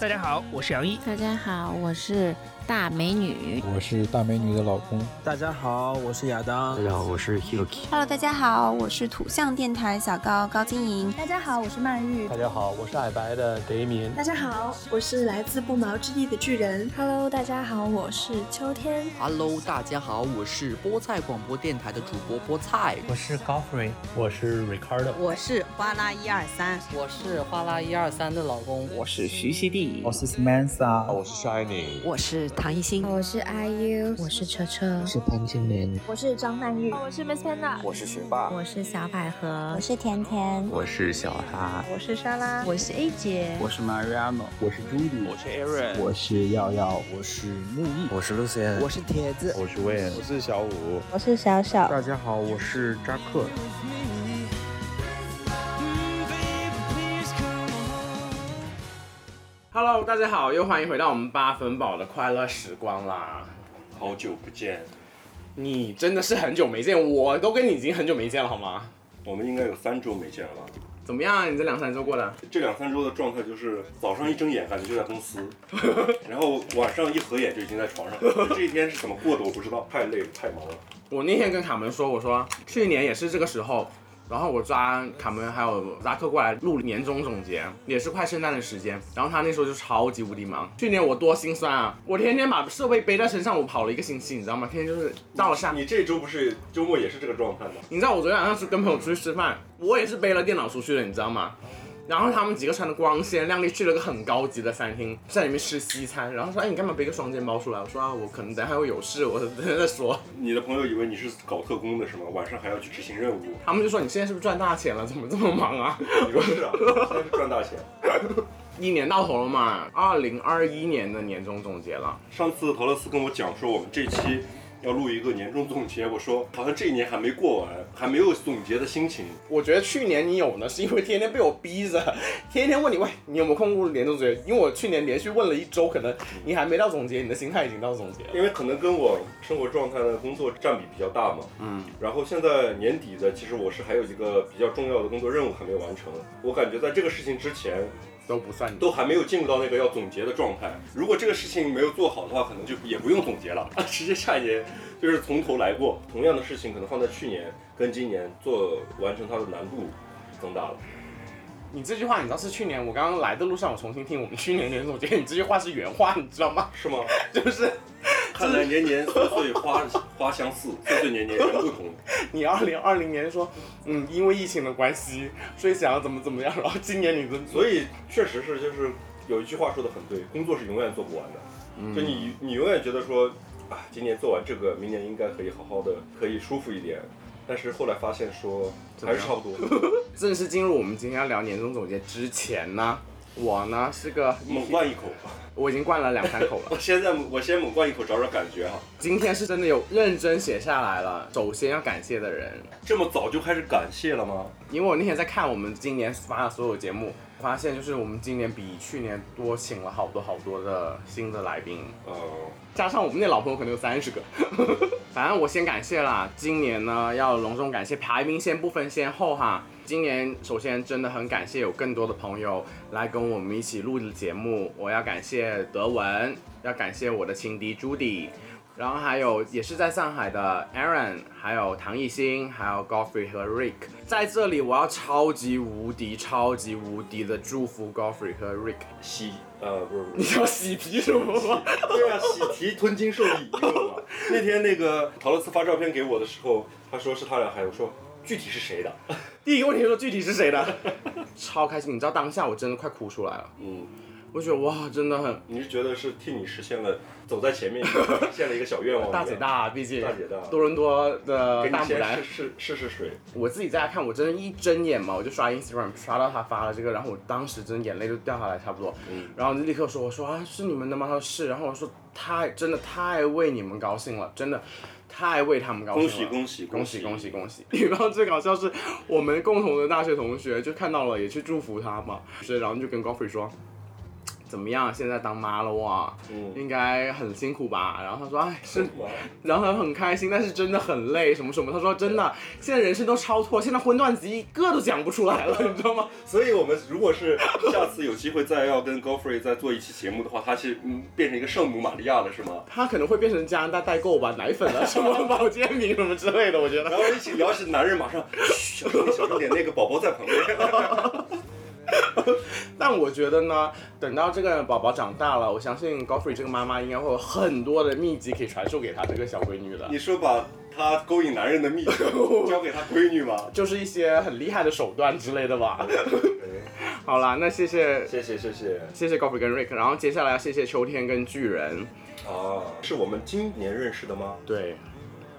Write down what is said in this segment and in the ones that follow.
大家好，我是杨毅。大家好，我是大美女。我是大美女的老公，大家好，我是亚当。大家好，我是 Hiroki。 Hello，大家好，我是土象电台小高高晶莹。大家好，我是曼玉。大家好，我是矮白的德明。大家好，我是来自不毛之地的巨人。 Hello，大家好，我是秋天。 Hello，大家好，我是菠菜广播电台的主播菠菜。我是 Godfrey，我是 Ricardo，我是花啦一二三，我是花啦一二三的老公，我是徐熙娣，我是 Samantha，我是 Shining，我是唐艺昕，我是 IU，我是车车，我是潘金莲，我是张曼玉，我是 Miss Panda，我是学霸，我是小百合，我是甜甜，我是小哈，我是莎拉，我是 A 姐，我是 Mariano，我是 Judy，我是 Aaron，我是耀耀，我是木易，我是 Lucian，我是铁子，我是 Win，我是小五，我是小小。大家好，我是扎克。 Hello，大家好，又欢迎回到我们八分饱的快乐时光啦！好久不见，你真的是很久没见，我都跟你已经很久没见了，好吗？我们应该有三周没见了吧？怎么样？你这两三周过的？这两三周的状态就是早上一睁眼感觉就在公 司，然后晚上一合眼就已经在床上了。这一天是怎么过的我不知道，太累了，太忙了。我那天跟卡门说，我说去年也是这个时候，然后我抓卡门还有扎克过来录年终总结，也是快圣诞的时间。然后他那时候就超级无敌忙。去年我多心酸啊！我天天把设备背在身上，我跑了一个星期，你知道吗？天天就是到了下。你这周不是周末也是这个状态吗？你知道我昨天晚上是跟朋友出去吃饭，我也是背了电脑出去的，你知道吗？然后他们几个穿的光鲜亮丽，去了个很高级的餐厅，在里面吃西餐。然后说：“哎，你干嘛背个双肩包出来？”我说：“啊，我可能等下会有事，我等再说。你的朋友以为你是搞特工的是吗？晚上还要去执行任务。”他们就说：“你现在是不是赚大钱了？怎么这么忙啊 你说是啊，现在是赚大钱。？”一年到头了嘛，二零二一年的年终总结了。上次陶乐斯跟我讲说，我们这期要录一个年终总结，我说好像这一年还没过完，还没有总结的心情。我觉得去年你有呢，是因为天天被我逼着， 天天问你喂，你有没有空录年终总结？因为我去年连续问了一周，可能你还没到总结，你的心态已经到总结了。因为可能跟我生活状态的工作占比比较大嘛，嗯，然后现在年底的，其实我是还有一个比较重要的工作任务还没有完成，我感觉在这个事情之前都不算都还没有进入到那个要总结的状态。如果这个事情没有做好的话，可能就也不用总结了， 啊，直接下一年就是从头来过。同样的事情可能放在去年跟今年做完成它的难度增大了。 你这句话，你知道是去年我刚刚来的路上，我重新听我们去年年终总结，你这句话是原话，你知道吗？是 吗？就是看来年年岁岁花 花相似，岁岁年年人不同。你二零二零年说，嗯，因为疫情的关系，所以想要怎么怎么样，然后今年你的，所以确实是，就是有一句话说的很对，工作是永远做不完的。嗯就你你永远觉得说，啊，今年做完这个，明年应该可以好好的，可以舒服一点。但是后来发现说，还是差不多。正式进入我们今天要聊年终总结之前呢，我呢是个猛灌一口，我已经灌 了两三口了 我。现在我先猛灌一口找找感觉啊哈。今天是真的有认真写下来了。首先要感谢的人，这么早就开始感谢了吗？因为我那天在看我们今年发的所有节目，发现就是我们今年比去年多请了好多好多的新的来宾，呃，加上我们那老朋友可能有三十个，反正我先感谢啦。今年呢，要隆重感谢，排名先不分先后哈。今年首先真的很感谢有更多的朋友来跟我们一起录节目，我要感谢德文，要感谢我的情敌 Judy，然后还有也是在上海的 Aaron，还有唐艺昕，还有 Godfrey 和 Rick，在这里我要超级无敌、超级无敌的祝福 Godfrey 和 Rick。喜呃不是不你是。要洗皮什么吗？ 对啊，喜提吞金兽的一个嘛。那天那个陶乐斯发照片给我的时候，他说是他俩孩子，我说具体是谁的？ 第一个问题说具体是谁的，超开心！你知道当下我真的快哭出来了，嗯，我觉得哇，真的很你是觉得是替你实现了走在前面，实现了一个小愿望？ 大姐大，毕竟呃大姐大多伦多的给你大先牡丹试试试试水。我自己在家看，我真的一睁眼嘛，我就刷 Instagram 刷到他发了这个，然后我当时真的眼泪就掉下来差不多，嗯然后我就立刻说，我说啊是你们的吗？他说是，然后我说太真的太为你们高兴了，真的太为他们高兴了，恭喜恭喜喜恭恭喜恭喜！ 然后最搞笑是我们共同的大学同学就看到了，也去祝福他嘛，所以然后就跟 Godfrey 说。怎么样？现在当妈了哇，嗯应该很辛苦吧？然后他说，哎，是，然后他很开心，但是真的很累，什么什么。他说真的，现在人生都超脱，现在荤段子一个都讲不出 来了，你知道吗？所以我们如果是下次有机会再要跟 Godfrey 再做一期节目的话，他是嗯变成一个圣母玛利亚了，是吗？他可能会变成加拿大代购吧，奶粉 啊，什么保健品什么之类的，我觉得。然后一起聊起男人，马上嘘小声点，小声点，那个宝宝在旁边。但我觉得呢，等到这个宝宝长大了，我相信 Godfrey 这个妈妈应该会有很多的秘籍可以传授给她这个小闺女的。你说把她勾引男人的秘诀 交给她闺女吗？就是一些很厉害的手段之类的吧。好啦，那谢谢，谢谢，谢谢，谢谢 Godfrey 跟 Rick，然后接下来要谢谢秋天跟巨人。啊，是我们今年认识的吗？对。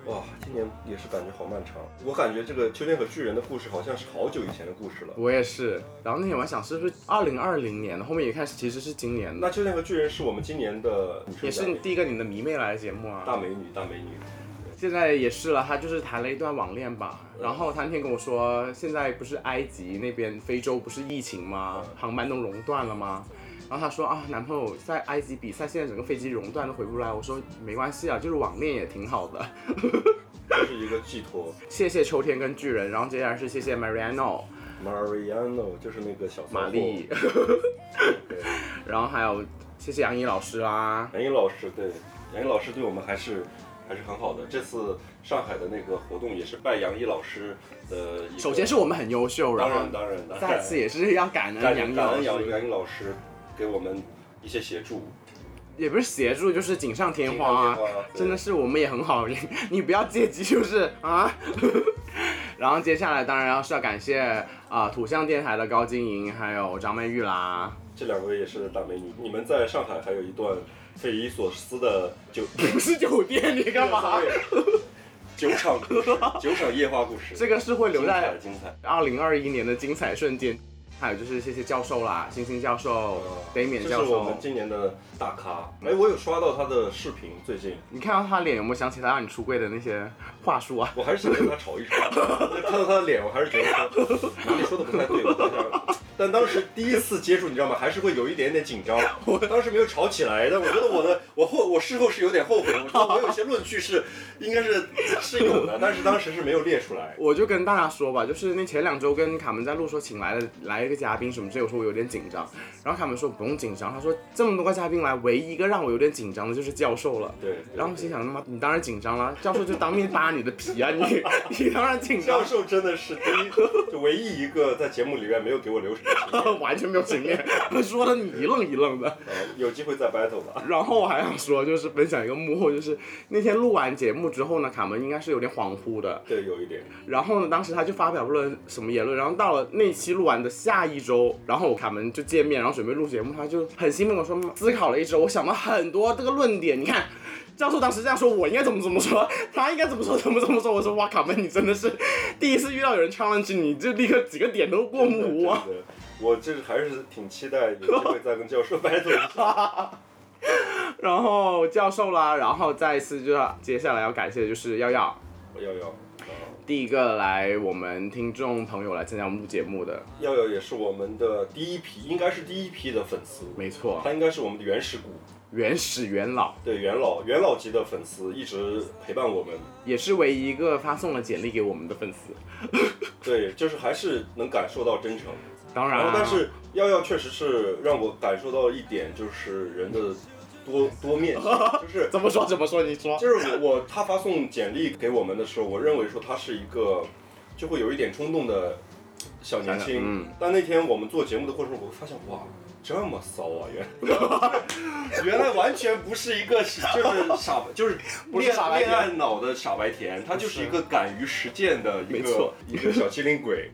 哇，今年也是感觉好漫长。我感觉这个秋天和巨人的故事好像是好久以前的故事了。我也是。然后那天我还想，是不是二零二零年的？后面一看是其实是今年的。那秋天和巨人是我们今年的，也是第一个你的迷妹来的节目啊。大美女，大美女。现在也是了，她就是谈了一段网恋吧。然后她那天跟我说，现在不是埃及那边、非洲不是疫情吗？航班都熔断了吗？然后她说啊，男朋友在埃及比赛，现在整个飞机熔断都回不来。我说没关系啊，就是网恋也挺好的。 就是一个寄托。谢谢秋天跟巨人，然后接下来是谢谢 Mariano。 Mariano 就是那个小玛丽。然后还有谢谢杨怡老师啦。杨怡老师对，杨怡老师对我们还是还是很好的。这次上海的那个活动也是拜杨怡老师的。首先是我们很优秀，当然然当然，当然再次也是要感恩感杨恩怡感老恩杨师，杨怡老师给我们一些协助。也不是协助，就是锦上添花锦上添啊花，对真的是我们也很好，你 不要借机就是啊。然后接下来当然要是要感谢啊、土象电台的高晶莹，还有张曼玉啦。这两位也是大美女，你们在上海还有一段匪夷所思的酒， 不是酒店，你干嘛？ 酒 场故事，酒场夜话故事，这个是会留在精彩。精彩二零二一年的精彩瞬间。还有就是谢谢教授啦，星星教授、Damian 哦这教是我授们。今年的大咖。哎，我有刷到他的视频，最近你看到他脸有没有想起他让你出柜的那些话术啊？我还是想跟他吵一 吵。看到他的脸，我还是觉得他哪里说的不太对。我还想但当时第一次接触，你知道吗？还是会有一点点紧张。我当时没有吵起来但我觉得我的我后我事后是有点后悔，我说我有些论据是应该是是有的，但是当时是没有列出来。我就跟大家说吧，就是那前两周跟卡门在录说请来了来一个嘉宾什么之类，我说我有点紧张，然后卡门说不用紧张，他说这么多个嘉宾来，唯一一个让我有点紧张的就是教授了。对。然后我心想，他妈你当然紧张啦，教授就当面扒你的皮啊，你 你当然紧张教。授真的是第一，就唯一一个在节目里面没有给我留什么情面， 完全没有情 面，说的你一愣一愣的。嗯有机会再 battle 吧。然后我还想说，就是分享一个幕后，就是那天录完节目之后呢，卡门应该是有点恍惚的。对，有一点。然后呢，当时他就发表不了什么言论。然后到了那期录完的下一周，然后我卡门就见面，然后准备录节目，他就很兴奋地跟我说，思考了一周，我想了很多这个论点。你看，教授当时这样说，我应该怎么怎么说，他应该怎么说怎么怎么说。我说哇，卡门，你真的是第一次遇到有人 challenge 你，就立刻几个点都过目真不忘。的，我这还是挺期待有机会再跟教授 battle 一下。然后教授啦，然后再一次就要接下来要感谢的就是耀耀，我耀耀，第一个来我们听众朋友来参加我们录节目的，耀耀也是我们的第一批，应该是第一批的粉丝。没错，他应该是我们的原始股，原始元老，对元老元老级的粉丝，一直陪伴我们。也是唯一一个发送了简历给我们的粉丝。对，就是还是能感受到真诚。当然然后啊，但是耀耀确实是让我感受到一点，就是人的多多面性，就是怎么说怎么说，你说，就是我我他发送简历给我们的时候，我认为说他是一个就会有一点冲动的小年想轻想，嗯但那天我们做节目的过程中，我会发现哇。这么骚啊！原来 原来完全不是一 个就是傻，就是不是傻白甜恋爱脑的傻白甜，他就是一个敢于实践的一没个错一个小机灵 鬼，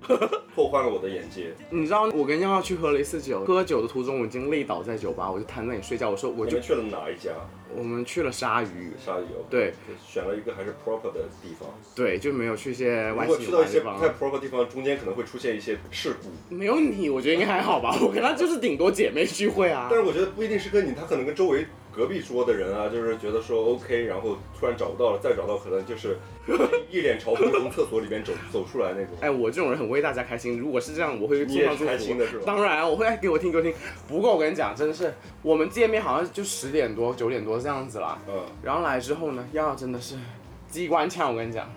拓宽了我的眼界。你知道我跟耀耀去喝了一次酒，喝酒的途中我已经累倒在酒吧，我就瘫在那里睡觉。我说我你就们去了哪一家？我们去了鲨鱼，鲨鱼哦对选了一个还是 proper 的地方。对，就没有去一些如歪果七去扭到一八的地些不太方。啊 proper 地方，中间可能会出现一些事故。没有你，我觉得应该还好吧。我跟他就是顶多姐妹聚会啊。但是我觉得不一定是跟你，他可能跟周围隔壁桌的人啊，就是觉得说 OK，然后突然找不到了，再找到可能就是一脸嘲讽地从厕所里边走走出来那种。哎，我这种人很为大家开心。如果是这样，我会你非也常是开心的是吧当然，我会哎给我听给我听。不过我跟你讲，真的是我们见面好像就十点多、九点多这样子啦。嗯。然后来之后呢，要真的是机关枪，我跟你讲，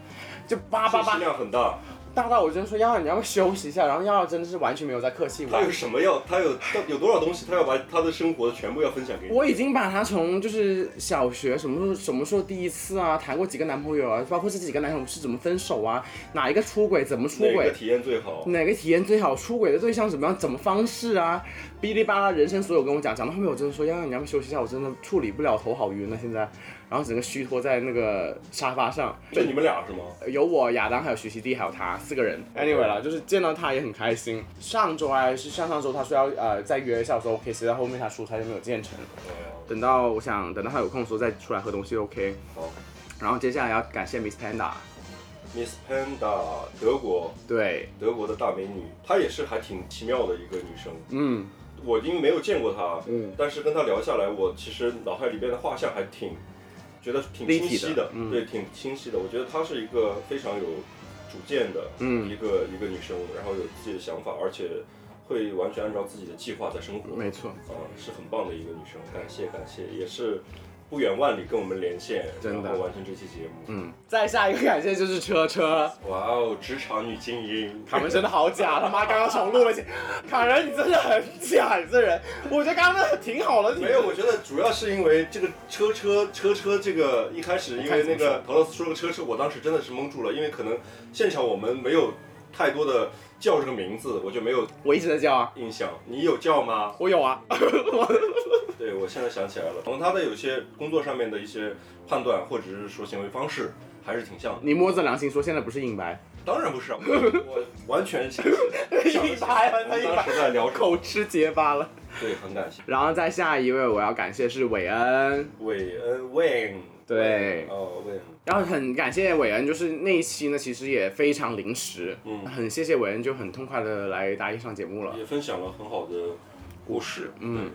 就叭叭信叭，息量很大，大到我真的说要你要不要休息一下。然后要真的是完全没有在客气我。他有什么要，他有他有多少东西，他要把他的生活全部要分享给你。我已经把她从就是小学什么时候什么时候第一次啊，谈过几个男朋友啊，包括这几个男朋友是怎么分手啊，哪一个出轨，怎么出哪轨嗯个，体验最好？哪个体验最好，出轨的对象怎么样，怎么方式啊，哔哩吧啦，人生所有跟我讲，讲到后面我真的说，要你要不休息一下，我真的处理不了，头好晕了现在，然后整个虚脱在那个沙发上。就你们俩是吗？有我、亚当还有徐熙娣还有他四个人。Anyway 了，就是见到他也很开心。上周还是上上周，他说要呃再约一下，我说 OK，实在后面他出差就没有见成。等到我想等到他有空的时候再出来喝东西 OK。好。然后接下来要感谢 Miss Panda， Miss Panda，德国，对，德国的大美女，她也是还挺奇妙的一个女生。嗯，我因为没有见过她，嗯但是跟她聊下来，我其实脑海里边的画像还挺，觉得挺清晰立体的嗯对，挺清晰的。我觉得她是一个非常有主见的，嗯一个一个女生，然后有自己的想法，而且会完全按照自己的计划在生活。没错，啊、是很棒的一个女生，感谢感谢，也是不远万里跟我们连线，真的然后完成这期节目。嗯，再下一个感谢就是车车，哇哦，职场女精英，他们真的好假，他妈刚刚重录了一些，卡人你真的很假，你这人，我觉得刚刚那挺好的，没有，我觉得主要是因为这个车车车车这个一开始因为那个陶老师说个车车，我当时真的是蒙住了，因为可能现场我们没有太多的叫这个名字，我就没有我一直在叫啊印象。你有叫吗？我有啊。对，我现在想起来了，从他的有些工作上面的一些判断，或者是说行为方式，还是挺像的。你摸着良心说现在不是硬白，当然不是啊， 我我完全相信。硬白了，那硬白当时在聊口吃结巴了。对，很感谢。然后再下一位，我要感谢是韦恩，韦恩 Wayne，对，哦 Wayne，然后很感谢韦恩，就是那一期呢，其实也非常临时，嗯很谢谢韦恩，就很痛快的来答应上节目了，也分享了很好的故事，嗯。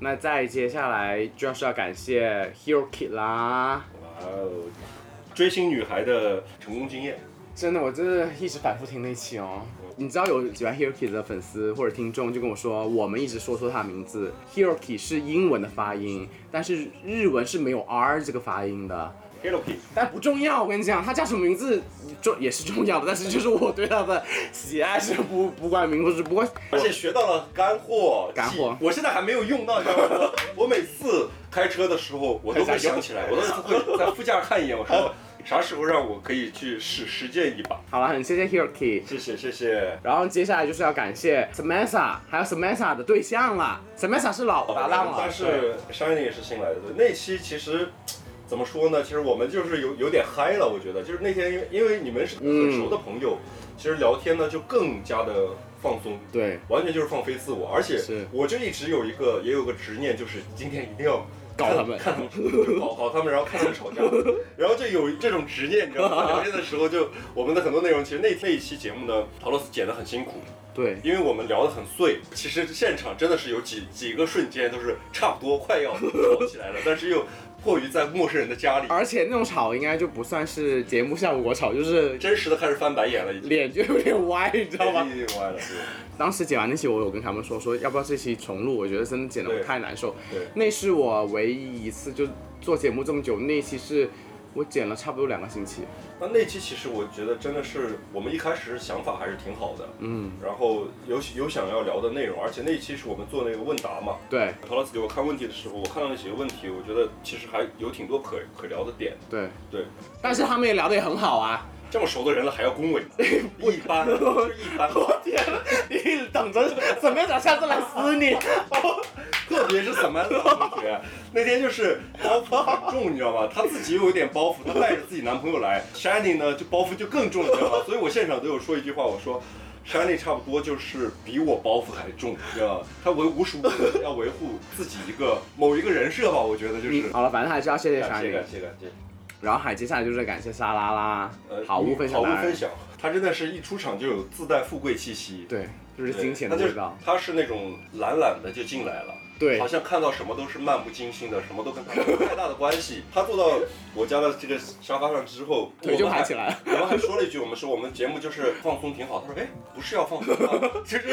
那再接下来就要是要感谢 Hero Kid 啦，哇哦，追星女孩的成功经验，真的，我真的一直反复听那期哦。你知道有喜欢 Hero Kid 的粉丝或者听众就跟我说，我们一直说错他的名字，Hero Kid 是英文的发音，但是日文是没有 R 这个发音的。 Hello Kitty，但不重要，我跟你讲，他叫什么名字重也是重要的，但是就是我对他的喜爱是不不冠名不是不过，而且学到了干货，干货我现在还没有用到，你知道吗？我每次开车的时候，我都会想起来，我都会在副驾看一眼，我说啥时候让我可以去实实践一把。好了，很谢谢 Hiroki，谢谢谢谢。然后接下来就是要感谢 Samantha，还有 Samantha 的对象啦，Samantha 是老搭档了，啊但对哦是 Shining 也是新来的，对那期其实。怎么说呢？其实我们就是有有点嗨了，我觉得就是那天因为因为你们是嗯很熟的朋友，其实聊天呢就更加的放松，对，完全就是放飞自我，而且我就一直有一个也有个执念，就是今天一定要搞他们看他们搞搞他们，然后看他们 吵架，然后就有这种执念，你知道吗？聊天的时候就我们的很多内容，其实那那一期节目呢，陶乐斯剪得很辛苦，对，因为我们聊得很碎，其实现场真的是有几几个瞬间都是差不多快要吵起来了，但是又迫于在陌生人的家里，而且那种吵应该就不算是节目效果吵，就是真实的开始翻白眼了，已经脸就有点歪，你知道吗？有点歪了，对 当时剪完那期，我有跟他们说说要不要这期重录，我觉得真的剪得我太难受。对那是我唯一一次就做节目这么久，那期是我剪了差不多两个星期。那那期其实我觉得真的是我们一开始想法还是挺好的，嗯，然后有有想要聊的内容，而且那一期是我们做那个问答嘛。对陶老师给我看问题的时候，我看到那几个问题，我觉得其实还有挺多可可聊的点。对，对，但是他们也聊得也很好啊。这么熟的人了还要恭维 吗？一般，一般。我天，你等着怎么样？下次来撕你。 特别是什么同学，那天就是包袱很重，你知道吗？她自己又有点包袱，她带着自己男朋友来 s h i n y 呢就包袱就更重，你知道吗？所以我现场都有说一句话，我说。s h i n y 差不多就是比我包袱还重，你知道吗？她维无时无刻地要维护自己一个某一个人设吧，我觉得就是。嗯好了，反正还是要谢谢感莎谢莉感。谢感谢。然后还接下来就是感谢莎拉啦，呃好物分享好达人，物分享他真的是一出场就有自带富贵气息，对，就是对金钱的他就味道。他是那种懒懒的就进来了，对好像看到什么都是漫不经心的，什么都跟他没有太大的关系。他坐到我家的这个沙发上之后，腿就我们还盘起来了我们还说了一句，我们说我们节目就是放松挺好。他说，哎，不是要放松吗？ 就是，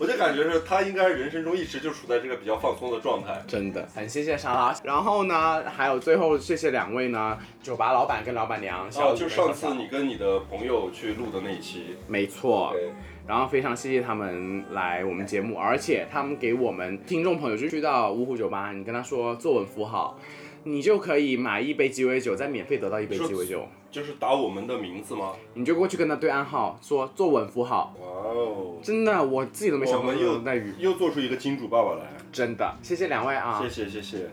我就感觉是他应该人生中一直就处在这个比较放松的状态。真的，很谢谢莎拉。然后呢，还有最后谢谢两位呢，酒吧老板跟老板娘。下哦，午就跟上小次你跟你的朋友去录的那一期，没错。然后非常谢谢他们来我们节目，而且他们给我们听众朋友就去到芜湖酒吧，你跟他说作文符号，你就可以买一杯鸡尾酒，再免费得到一杯鸡尾酒。就是打我们的名字吗？你就过去跟他对暗号，说作文符号。哇哦！真的，我自己都没想我过们这又种待遇。又做出一个金主爸爸来，真的，谢谢两位啊！谢谢谢谢。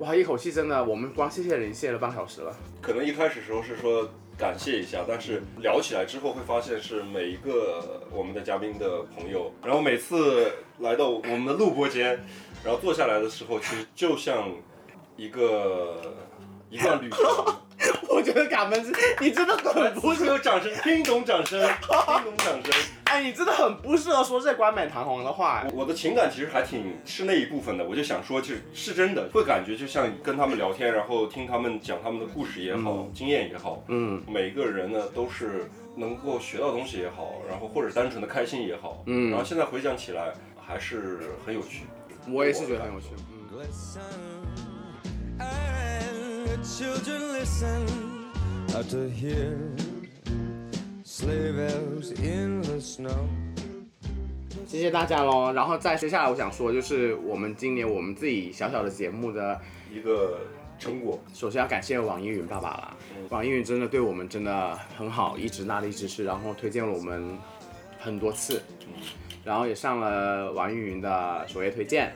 哇，一口气真的，我们光谢谢人谢了半小时了。可能一开始时候是说感谢一下，但是聊起来之后会发现是每一个我们的嘉宾的朋友，然后每次来到我们的录播间，然后坐下来的时候，其实就像一个一段旅程。我觉得嘎门子，你真的很不适合掌声，听懂掌声，听懂掌声。哎，你真的很不适合说这冠冕堂皇的话。我的情感其实还挺是那一部分的，我就想说，就是是真的，会感觉就像跟他们聊天，然后听他们讲他们的故事也好，经验也好，嗯，每个人呢都是能够学到东西也好，然后或者单纯的开心也好，嗯然后现在回想起来还是很有趣。嗯我也是觉得很有趣。 Children listen out to hear sleigh bells in the snow. 谢谢大家喽。然后再接下来我想说，就是我们今年我们自己小小的节目的一个成果。嗯首先要感谢网易云爸爸啦，网易云真的对我们真的很好，一直大力支持，然后推荐了我们很多次，然后也上了网易云的首页推荐。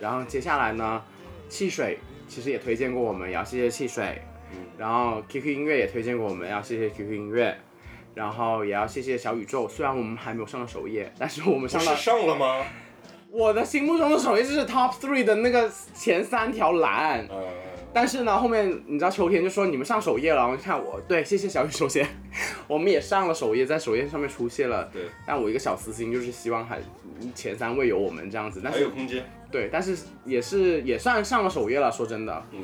然后接下来呢，汽水其实也推荐过我们，也要谢谢汽水。然后 QQ 音乐也推荐过我们，要谢谢 QQ 音乐。然后也要谢谢小宇宙，虽然我们还没有上到首页，但是我们上不到是上了吗？我的心目中的首页就是 top three 的那个前三条栏。嗯但是呢，后面你知道秋天就说你们上首页了，我就看我对，谢谢小雨首先， 我们也上了首页，在首页上面出现了。对，但我一个小私心就是希望还前三位有我们这样子，但是还有空间。对，但是也是也算上了首页了，说真的。嗯。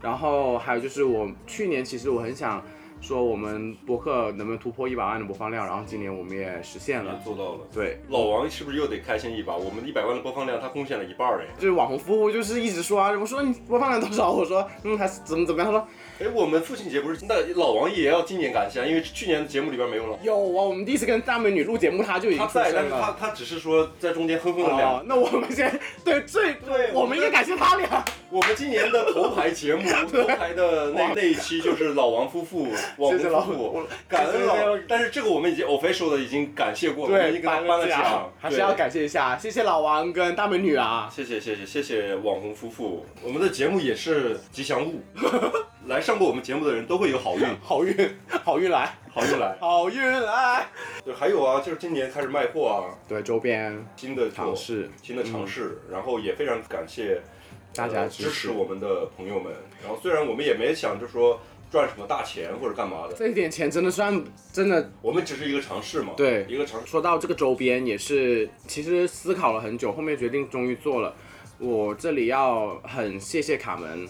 然后还有就是我去年其实我很想说我们播客能不能突破一百万的播放量，然后今年我们也实现了，做到了。对，老王是不是又得开心一把？我们一百万的播放量，他贡献了一半儿哎。就是网红服务，就是一直说啊，我说你播放量 多少，我说嗯，还是怎么怎么样，他说哎，我们父亲节不是那老王也要今年感谢啊，因为去年的节目里边没有老王。有啊，我们第一次跟大美女录节目，她就已经他出在，但现是他了。他只是说在中间哼哼了两哦，那我们先 对最对，我们应该感谢他俩。我们今年的头牌节目，头牌的那那一期就是老王夫妇、网谢谢红老夫妇，感恩老。但是这个我们已经 official 的已经感谢过了，我们已经对，给他颁颁了奖奖，还是要对感谢一下，谢谢老王跟大美女啊。谢谢谢谢谢谢网红夫妇，我们的节目也是吉祥物，来上过我们节目的人都会有好运，好运好运来，好运来。好运来。对，还有啊，就是今年开始卖货啊，对，周边新的尝试，新的尝试，然后也非常感谢嗯大家呃支支持我们的朋友们。然后虽然我们也没想就说赚什么大钱或者干嘛的，这一点钱真的算真的，我们只是一个尝试嘛，对，一个尝试。说到这个周边，也是其实思考了很久，后面决定终于做了。我这里要很谢谢卡门，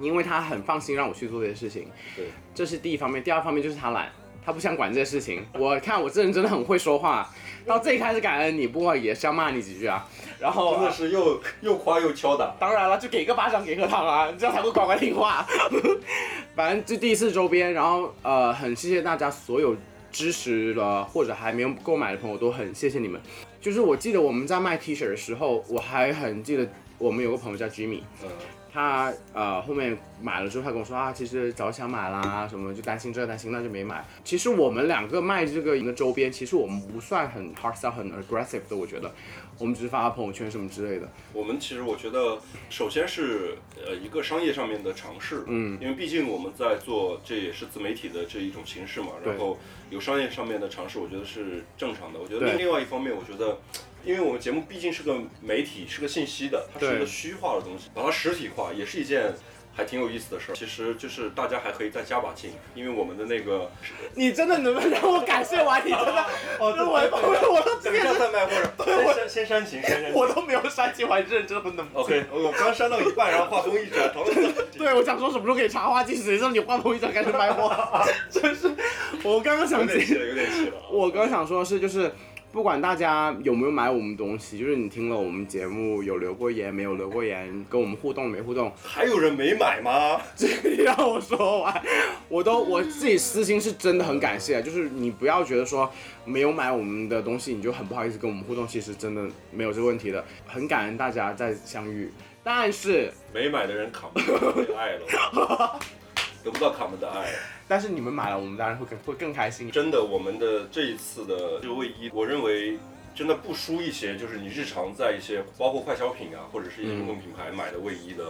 因为他很放心让我去做这些事情。对，这是第一方面，第二方面就是他懒，他不想管这些事情。我看我这人真的很会说话，到这一开始感恩你，不过也是要骂你几句啊。然后真的是又又夸又敲打，当然了，就给个巴掌给个糖啊，这样才会乖乖听话。 反正就第一次周边，然后呃，很谢谢大家所有支持了或者还没有购买的朋友，都很谢谢你们。就是我记得我们在卖 T 恤的时候，我还很记得我们有个朋友叫 Jimmy，嗯，他呃后面买了之后，他跟我说啊，其实早想买啦，什么就担心这担心那就没买。其实我们两个卖这个的周边，其实我们不算很 hard sell 很 aggressive 的，我觉得，我们只是发发朋友圈什么之类的。我们其实我觉得，首先是呃一个商业上面的尝试，嗯因为毕竟我们在做这也是自媒体的这一种形式嘛，对然后有商业上面的尝试，我觉得是正常的。我觉得对另另外一方面，我觉得。因为我们节目毕竟是个媒体，是个信息的，它是对一个虚化的东西，把它实体化也是一件还挺有意思的事儿。其实就是大家还可以再加把劲，因为我们的那个你真的能不能让我感谢完？你真的， 哦我我我都这个再卖或者先删先删情，先删情我都没有删情，我还认真不能。 OK，我刚删到一半，然后话锋一转，对，我想说什么时候可以插话进去，谁知道你话筒一转开始卖 货，真是。我刚刚想有点气了，有点 气了。啊我刚想说的是，就是不管大家有没有买我们东西，就是你听了我们节目有留过言没有留过言，跟我们互动没互动，还有人没买吗？ 这个你让我说完，我都我自己私心是真的很感谢，就是你不要觉得说没有买我们的东西你就很不好意思跟我们互动，其实真的没有这个问题的，很感恩大家再相遇。但是没买的人卡不到你的爱 了，得不到卡门的爱。但是你们买了，我们当然会更会更开心。真的，我们的这一次的这个卫衣，我认为真的不输一些，就是你日常在一些包括快消品啊，或者是一些嗯运动品牌买的卫衣的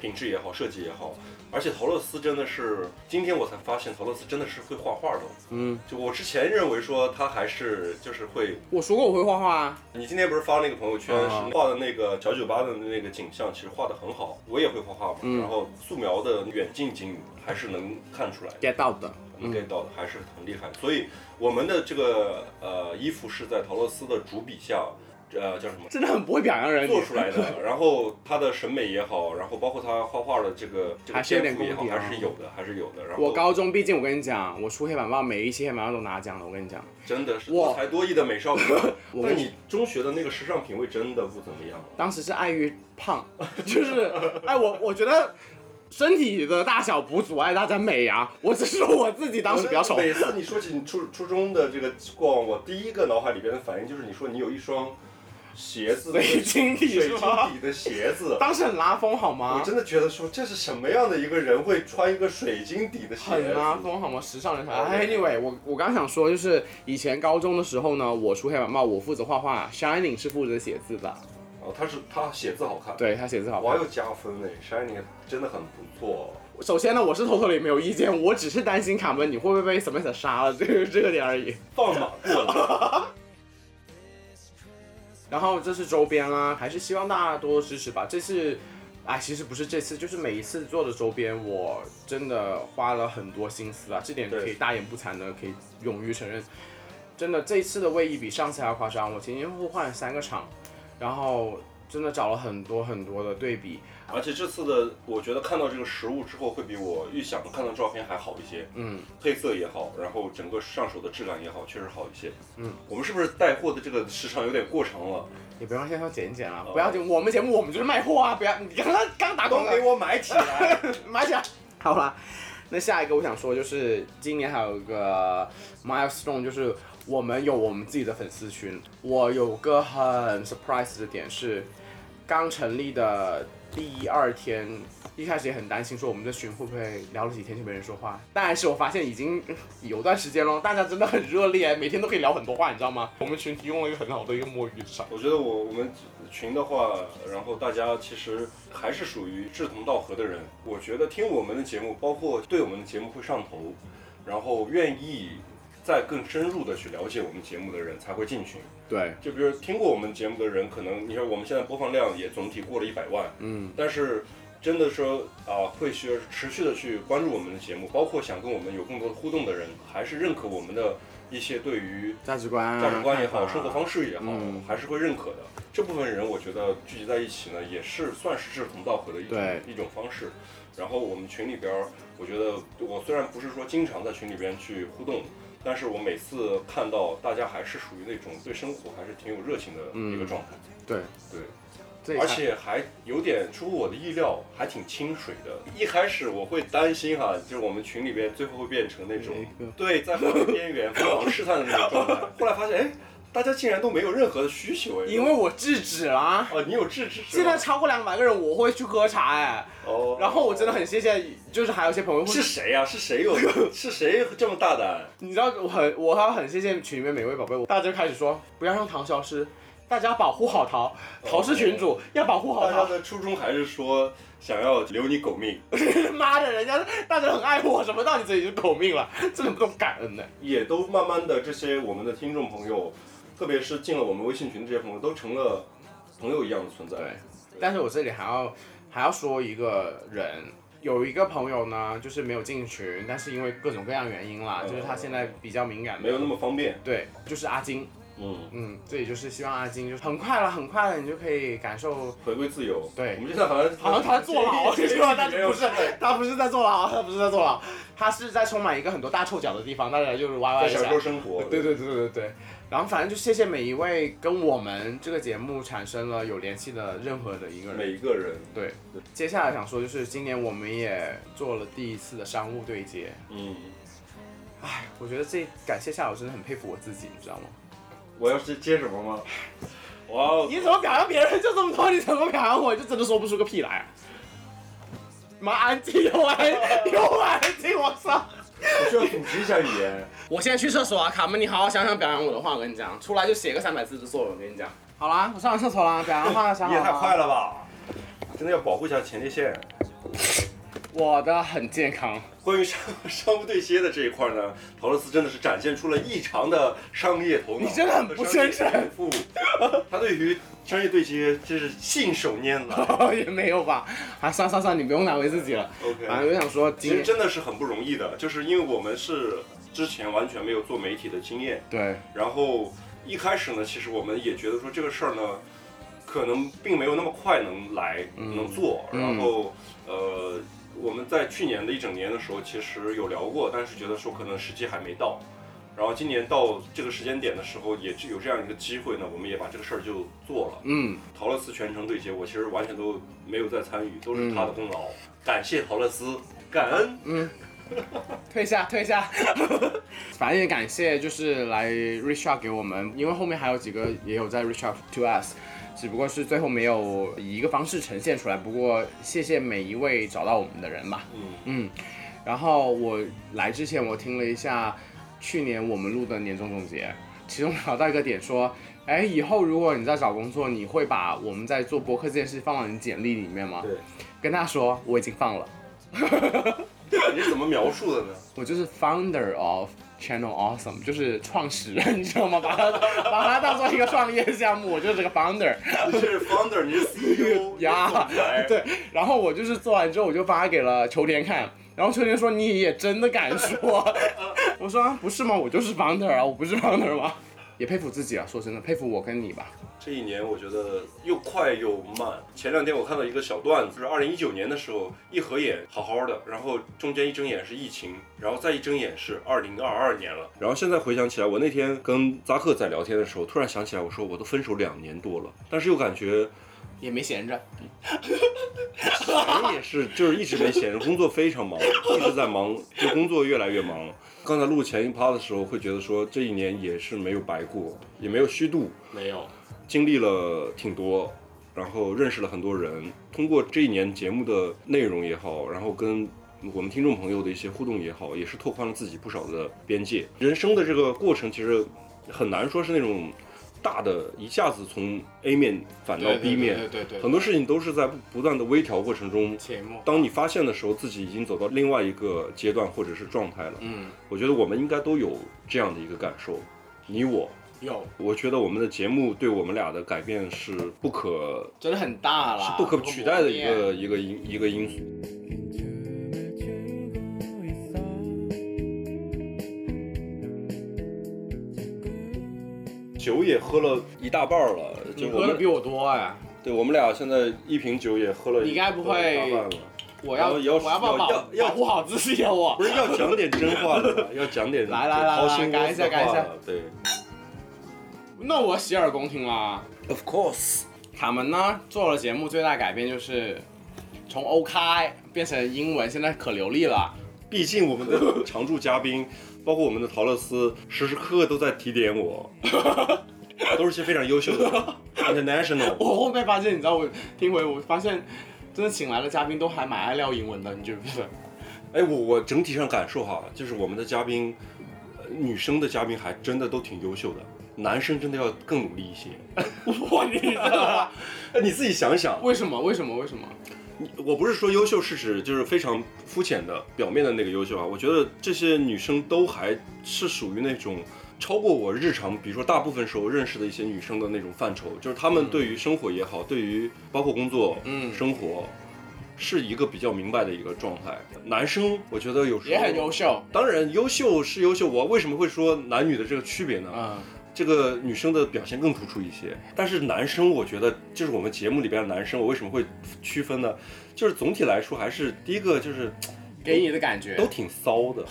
品质也好，设计也好。而且陶乐斯真的是，今天我才发现陶乐斯真的是会画画的。嗯，就我之前认为说他还是就是会，我说过我会画画啊，你今天不是发那个朋友圈啊是画的那个小酒吧的那个景象，其实画的很好，我也会画画嘛。嗯然后素描的远近景还是能看出来的 get 到的。嗯能 get 到的，还是很厉害的。所以我们的这个呃衣服是在陶乐斯的主笔下，呃叫什么？真的很不会表扬人做出来 的。然后他的审美也好，然后包括他画画的这个这个还是有点天赋也好，功底啊还是有的，还是有的。然后我高中，毕竟我跟你讲，我出黑板报每一期黑板报都拿奖的，我跟你讲。真的是我多才多艺的美 少女，我但你中学的那个时尚品味真的不怎么样。当时是碍于胖，就是哎，我我觉得身体的大小不阻碍大家美啊，我只是说我自己当时比较丑。每次你说起你初初中的这个逛，我第一个脑海里边的反应就是你说你有一双鞋子的水晶体水是晶吗底的鞋子，当时很拉风好吗我？真的觉得说这是什么样的一个人会穿一个水晶底的鞋很拉子？哦风好吗？时尚人才。啊哎 Anyway，我我刚想说，就是以前高中的时候呢，我出黑板报，我负责画画，Shining 是负责写字的。哦，他是他写字好看，对他写字好看哇，又加分嘞！Shining 真的很不错。首先呢，我是偷偷里没有意见，我只是担心卡门你会不会被 Samantha 杀了，这个这个点而已。放马过来。然后这是周边啦、还是希望大家多多支持吧。这次，哎，其实不是这次，就是每一次做的周边，我真的花了很多心思啊，这点可以大言不惭的可以勇于承认。真的，这一次的卫衣比上次还要夸张，我前前后后换了三个厂，然后真的找了很多很多的对比。而且这次的，我觉得看到这个实物之后，会比我预想的看到照片还好一些。嗯配色也好，然后整个上手的质量也好，确实好一些。嗯，我们是不是带货的这个时长有点过长了？也不要现在剪一剪啊，不要紧，我们节目我们就是卖货啊，不要你刚刚刚打广告，给我买起来， 买起来。好啦，那下一个我想说就是今年还有一个 milestone，就是我们有我们自己的粉丝群。我有个很 surprise 的点是，刚成立的第二天，一开始也很担心说我们这群会不会聊了几天就没人说话，但是我发现已经嗯有段时间了，大家真的很热烈，每天都可以聊很多话，你知道吗？我们群提供了一个很好的一个摸鱼场。我觉得我我们群的话，然后大家其实还是属于志同道合的人。我觉得听我们的节目，包括对我们的节目会上头，然后愿意再更深入的去了解我们节目的人才会进群。对，就比如听过我们节目的人，可能你看我们现在播放量也总体过了一百万，嗯但是真的说啊、会去持续的去关注我们的节目，包括想跟我们有更多的互动的人，还是认可我们的一些对于价值观啊价值观也好，看法啊生活方式也好，嗯还是会认可的。这部分人，我觉得聚集在一起呢，也是算是志同道合的一种对一种方式。然后我们群里边儿，我觉得我虽然不是说经常在群里边去互动，但是我每次看到大家还是属于那种对生活还是挺有热情的一个状态。嗯对这对，一而下且还有点出乎我的意料，还挺清水的。一开始我会担心哈，就是我们群里边最后会变成那种对在画面边缘疯狂试探的那种 状态。后来发现，哎，大家竟然都没有任何的需求哎。因为我制止了。啊哦，你有制止。现在超过两百个人，我会去喝茶哎。哦。然后我真的很谢谢，就是还有一些朋友会。是谁呀、是 谁有？是谁这么大胆？你知道我很，我还很谢谢群里面每位宝贝，我大家就开始说不要让糖消失，大家要保护好桃，桃是群主，要保护好哦大家桃。的初衷还是说想要留你狗命。 妈的，人家大家很爱我，什么到你这里是狗命了，真的不懂感恩呢。也都慢慢的这些我们的听众朋友，特别是进了我们微信群的这些朋友，都成了朋友一样的存在。但是我这里还要还要说一个人，有一个朋友呢，就是没有进群，但是因为各种各样原因啦，嗯就是他现在比较敏感，没有那么方便。对，就是阿金。嗯嗯，这也就是希望阿金就是很快了，很快了，你就可以感受回归自由。对，我们现在好像好像他在 坐牢，啊这你这知道吗？但是不这是这这，他不是在坐牢，他不是在坐牢，他是在充满一个很多大臭脚的地方，大家就是歪歪一下在享受生活对对对对对对。然后反正就谢谢每一位跟我们这个节目产生了有联系的任何的一个人，每一个人对。接下来想说就是今年我们也做了第一次的商务对接，嗯，哎，我觉得这感谢夏老师真的很佩服我自己，你知道吗？我要是接什么吗？哇，哦你怎么表扬别人就这么多？你怎么表扬我就真的说不出个屁来、啊？妈，安静，有安，有安静，我操！我需要组织一下语言。我现在去厕所啊，卡门，你好好想想表扬我的话，我跟你讲，出来就写个三百字的作文，我跟你讲。好啦， 我上完厕所啦，表扬话想你好也太快了吧！真的要保护一下前列腺。啊我的很健康。关于商 商务对接的这一块呢，陶乐斯真的是展现出了异常的商业头脑，你真的很不真诚商业天赋。 他对于商业对接真是信手拈来。 也没有吧？啊，算算算，你不用难为自己了。 OK，反正我想说，其今实天真的是很不容易的，就是因为我们是之前完全没有做媒体的经验，对，然后一开始呢，其实我们也觉得说这个事儿呢，可能并没有那么快能来、嗯能做，嗯然后呃，我们在去年的一整年的时候，其实有聊过，但是觉得说可能时机还没到。然后今年到这个时间点的时候，也有这样一个机会呢，我们也把这个事儿就做了。嗯，陶乐斯全程对接，我其实完全都没有在参与，都是他的功劳，感谢陶乐斯，感恩。嗯，退下，退下。反正也感谢，就是来 reach out 给我们，因为后面还有几个也有在 reach out to us，只不过是最后没有以一个方式呈现出来。不过谢谢每一位找到我们的人吧。嗯，然后我来之前我听了一下去年我们录的年终总结，其中聊到一个点说，哎，以后如果你在找工作，你会把我们在做播客这件事放到你简历里面吗？对，跟他说我已经放了。你是怎么描述 的呢？我就是 founder of Channel Awesome，就是创始人，你知道吗？把它 把它当做一个创业项目，我就是个 founder。你是 founder，你是 CEO 呀，对。然后我就是做完之后，我就发给了秋天看，然后秋天说你也真的敢说，我说、啊、不是吗？我就是 founder 啊，我不是 founder 吗？也佩服自己啊，说真的，佩服我跟你吧。这一年我觉得又快又慢。前两天我看到一个小段子，就是二零一九年的时候，一合眼好好的，然后中间一睁眼是疫情，然后再一睁眼是二零二二年了。然后现在回想起来，我那天跟扎克在聊天的时候，突然想起来，我说我都分手两年多了，但是又感觉也没闲着，闲也是就是一直没闲着，工作非常忙，一直在忙，就工作越来越忙。刚才录前一趴的时候，会觉得说这一年也是没有白过，也没有虚度，没有。经历了挺多，然后认识了很多人。通过这一年节目的内容也好，然后跟我们听众朋友的一些互动也好，也是拓宽了自己不少的边界。人生的这个过程其实很难说是那种大的一下子从 A 面反到对对 B 面，对对对对对很多事情都是在不不断的微调过程中，当你发现的时候，自己已经走到另外一个阶段或者是状态了。嗯，我觉得我们应该都有这样的一个感受，你我。有，我觉得我们的节目对我们俩的改变是不可真的很大了，是不可取代的一不可个磨一个因一个因素。酒也喝了一大半儿了，你就喝我得们比我多哎。对我们俩现在一瓶酒也喝了一，你该不喝了一大会半了我然要后我也要要不要保要要保护好自己啊？我不是要讲点真话了吧，要讲点来来来掏心来窝改一子下的改一话下了，对。那我洗耳恭听啦。 Of course。卡门呢做了节目最大改变就是从 OK 变成英文，现在可流利了。毕竟我们 的常驻嘉宾，包括我们的陶乐斯，时时刻刻都在提点 我，都是些非常优秀的 international。我后面发现，你知道我听回我发现，真的请来的嘉宾都还蛮爱聊英文的，你觉得不是？哎，我我整体上感受哈，就是我们的嘉宾，呃女生的嘉宾还真的都挺优秀的，男生真的要更努力一 些。哇，你知道吗？哎， 你自己想想，为什么？为什么？为什么？你我不是说优秀是指就是非常肤浅的表面的那个优秀啊，我觉得这些女生都还是属于那种超过我日常，比如说大部分时候认识的一些女生的那种范畴，就是她们对于生活也好，对于包括工作、嗯生活，是一个比较明白的一个状态。男生我觉得有时候也很优秀，当然优秀是优秀，我为什么会说男女的这个区别呢？嗯。这个女生的表现更突出一些，但是男生，我觉得就是我们节目里边的男生，我为什么会区分呢？就是总体来说，还是第一个就是哎给你的感觉都挺骚的，